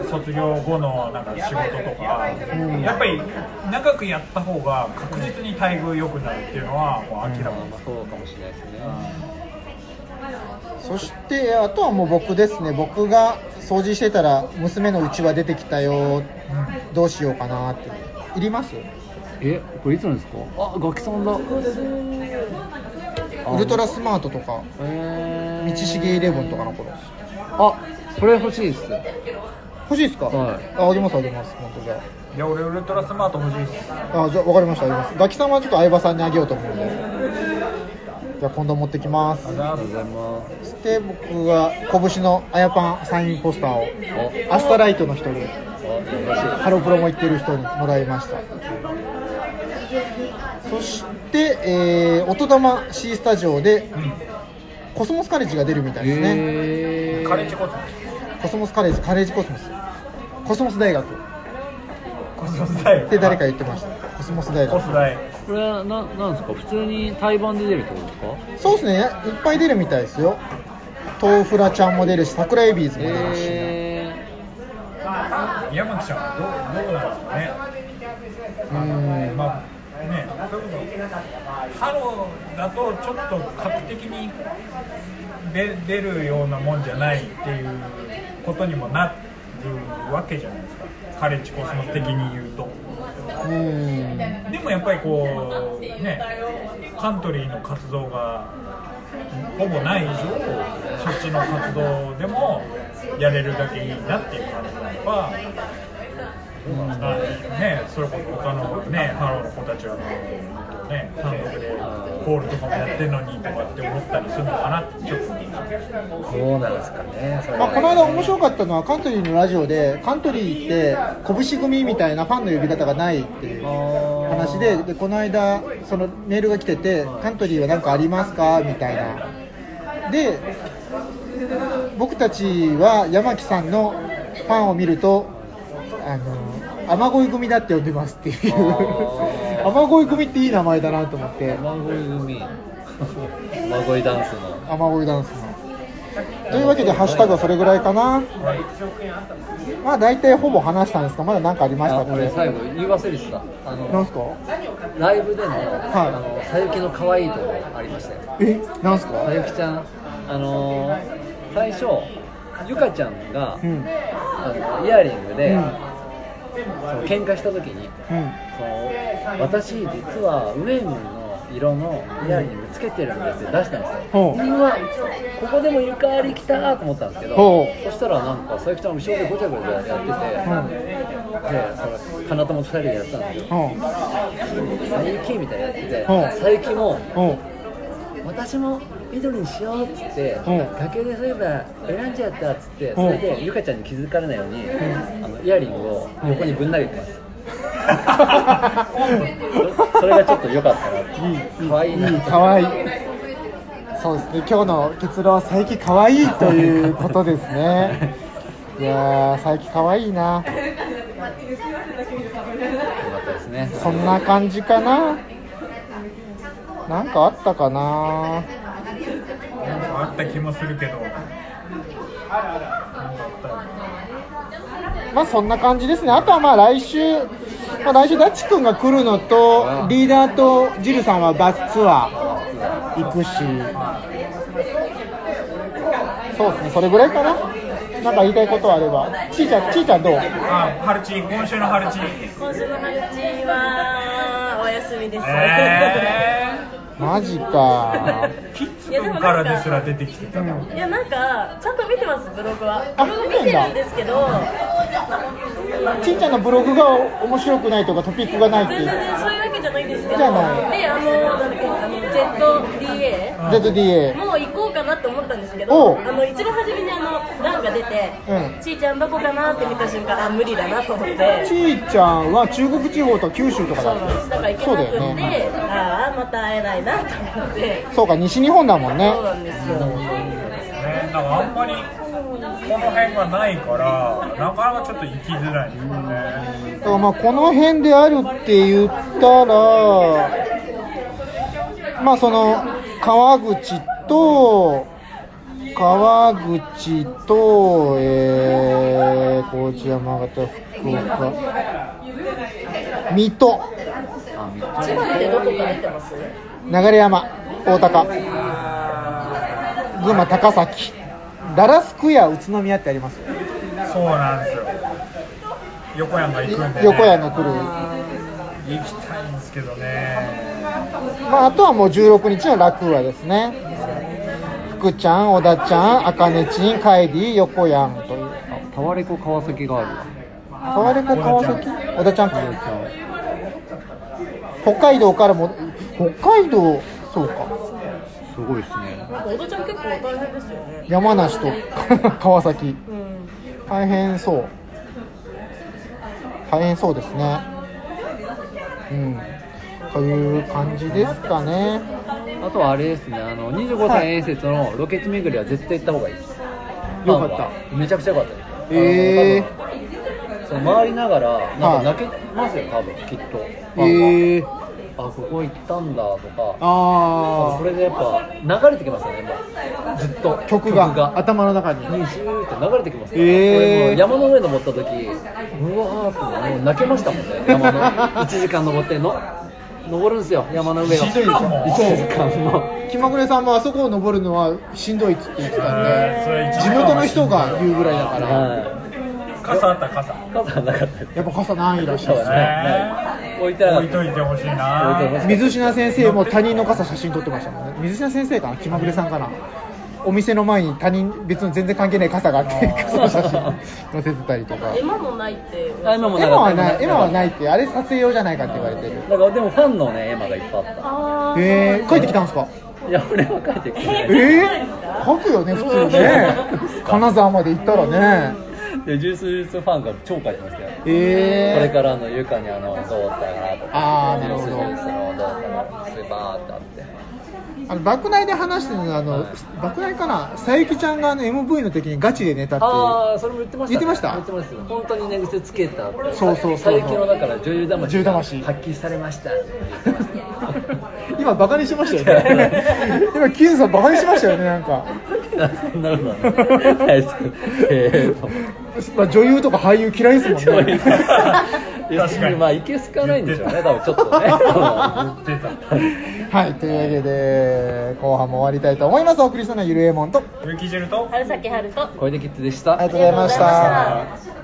卒業後のなんか仕事とか、うんやっぱり長くやった方が確実に待遇良くなるっていうのはもう明らかまあそうかもしれないですねそしてあとはもう僕ですね僕が掃除してたら娘のうちは出てきたよどうしようかなっていりますえこれいつなんですかあガキさんだウルトラスマートとかえー道重イレブンとかの頃あそれ欲しいです欲しいですか、はいああげますあげます本当じゃいや俺ウルトラスマート欲しいですああじゃあ分かりましたあげますガキさんはちょっと相葉さんにあげようと思うんでじゃあ今度持ってきますありがとうございますそして僕が拳のあやパンサインポスターをあアスタライトの人にあハロプロも行ってる人にもらいましたそして、えー、音玉 C スタジオでコスモスカレッジが出るみたいですね、えカレッジコートコスモスカレッジカレッジコスモスコスモス大学っコスモス大て誰か言ってましたコスモス大コ学ス大これはななんですか普通に対バンで出るってことですかそうですねいっぱい出るみたいですよ豆腐ラちゃんも出るし桜エビーズも出るし、え宮本ちゃんはどうどうなんですかねうんまあねそういうことハローだとちょっと格的に出出るようなもんじゃないっていうことにもなるわけじゃないですかカレッジコスモス的に言うとうんでもやっぱりこうねカントリーの活動がほぼない以上そっちの活動でもやれるだけいいなっていう感じなのか、まあね、それこそ他のね、ハローの子たちは、ね、単独でホールとかもやってんのにとかって思ったりするのかなって、ちょっとどうなんですかね、それまはあ、この間面白かったのはカントリーのラジオでカントリーって拳組みたいなファンの呼び方がないっていう話ででこの間そのメールが来ててカントリーは何かありますかみたいなで僕たちは山木さんのファンを見るとあの雨乞い組だって呼んでますっていう 雨あー乞い組っていい名前だなと思って孫組孫いダンスの雨乞いダンスのというわけでハッシュタグはそれぐらいかなまあ大体ほぼ話したんですかまだ何かありましたあっけ俺最後言い忘れてたあなんのすかライブでの、いあのさゆきの可愛いところありましたよえなんすかさゆきちゃんあのー最初ゆかちゃんが、うんあのイヤリングで、うんその喧嘩した時にうんその私実はウェーブの色のイヤリングつけてるんですよ出したんですよ、ほうみんなここでもゆかわり来たと思ったんですけど、ほうそしたらなんかさゆきちゃん後ろでごちゃごちゃやってて、でその花友と2人でやってたんですよ、うんさゆきみたいなやってて、うんさゆきも、うん私も緑にしようっつって、うん崖でそういえば選んじゃったっつって、んそれでゆかちゃんに気づかれないように、あのイヤリングを横にぶん投げてます、 そそれがちょっと良かったなって可愛いな可愛いそうですね今日の結論は佐伯可愛いということですね いやー佐伯可愛いな良かったですねそんな感じかななんかあったかななんかあった気もするけど、なんかあったよねまあそんな感じですね、あとはまあ来週、まあ、来週、ダチ君が来るのと、リーダーとジルさんはバスツアー行くし、そうですね、それぐらいかな、なんか言いたいことあれば、ちーちゃん、ちーちゃんどうあ、ハルチ、今週のハルチ。今週のハルチはお休みです、えマジか、ー、キッズ君からですら出てきてたの。いやなんかちゃんと見てますブログはあブログ見てるんですけどちーちゃんのブログが面白くないとか、トピックがないっていう、全然そういうわけじゃないんですけどじゃないであのなんだっけあのジェット DA ZDA、もう行こうかなって思ったんですけおうどあの一番初めにあの欄が出て、うんちーちゃんどこかなって見た瞬間あ無理だなと思ってちーちゃんは中国地方とか九州とかそだうっなんですだから行けけそうなだくて、よね、ああまた会えないなと思ってそうか、西日本だもんね。そうなんですよね、なんかあんまりこの辺がないから、なかなかちょっと行きづらいですよね。だからまあこの辺であるって言ったら、まあその川口と、川口と、えー、高知、山形、福岡、水戸、あめっちゃ千葉ってどこから行ってます流山、大高、群馬、高崎、ダラスクエア宇都宮ってありますよそうなんですよ。横山行くんで、ね。横屋の来る、行きたいんですけどね。まあ、あとはもう16日の楽はですね。福ちゃん、小田ちゃん、あかねちん、かえり、よこやんという。タワレコ川崎があるわかわれこ川崎小田ちゃんか小田ちゃ北海道からも、北海道、そうか。すごいですねなんかおどちゃん結構大変ですよね山梨と 川崎。うん大変そう。大変そうですね。うん。という感じですかね。あとはあれですねあの25はい歳遠征のロケ地巡りは絶対行った方がいいですよかったファンはめちゃくちゃ良かったですえーあの多分その回りながらなんか泣けますよ多分きっとファンはえーあここ行ったんだとかあそれでやっぱ流れてきますよね、もうずっとー、曲が頭の中に。にシューって流れてきますよ、えー俺もう山の上登った時うわーってもう泣けましたもんね山の 1時間登ってんの登るんですよ山の上を一時間も1時間の気まぐれさんもあそこを登るのはしんどいっつって言ってたんで、それ一地時間元の人が言うぐらいだから、はい傘あった傘。傘なかったですやっぱ傘ないらしいそうですだね。ねはい置いてなか置っいとたいてほしいな。置いてほしい水品先生も他人の傘写真撮ってましたもんね。水品先生かな気まぐれさんかなお店の前に他人別に全然関係ない傘があってあー傘の写真載せてたりとかエマもないってあエマもエマはななんいかエマはないってあれ撮影用じゃないかって言われてるだからでもファンのねエマがいっぱいあっあーへえー、書いてきたんですかたいや俺は書いてきてえないー、書くよね普通にね金沢まで行ったらねでジュースジュースファンが超書いてましたよえー、これからあのゆかにあのどうだったかなとかあーなるほどジュースジュースのどうだったかなってバーってあってあの爆内で話してるのはあの、はい爆内かなさゆきちゃんがあの MV の時にガチで寝たっていうああそれも言ってました、ね、言ってました言ってます本当に寝癖つけたってそうそうそう最近のだから女優魂女優魂が発揮されま したって言ってました今バカにしましたよ ね今キズさんバカにしましたよねなんか、なるほど。はいそうえーと。まあ、女優とか俳優嫌いですもん ね確かに。まあ、いけすかないんでし ょうね、多分ちょっとね。言ってはいというわけで後半も終わりたいと思いますお送りしたのはゆるえもんとた。雪汁と春咲春と小出キッズでした。ありがとうございましありがとうございましたた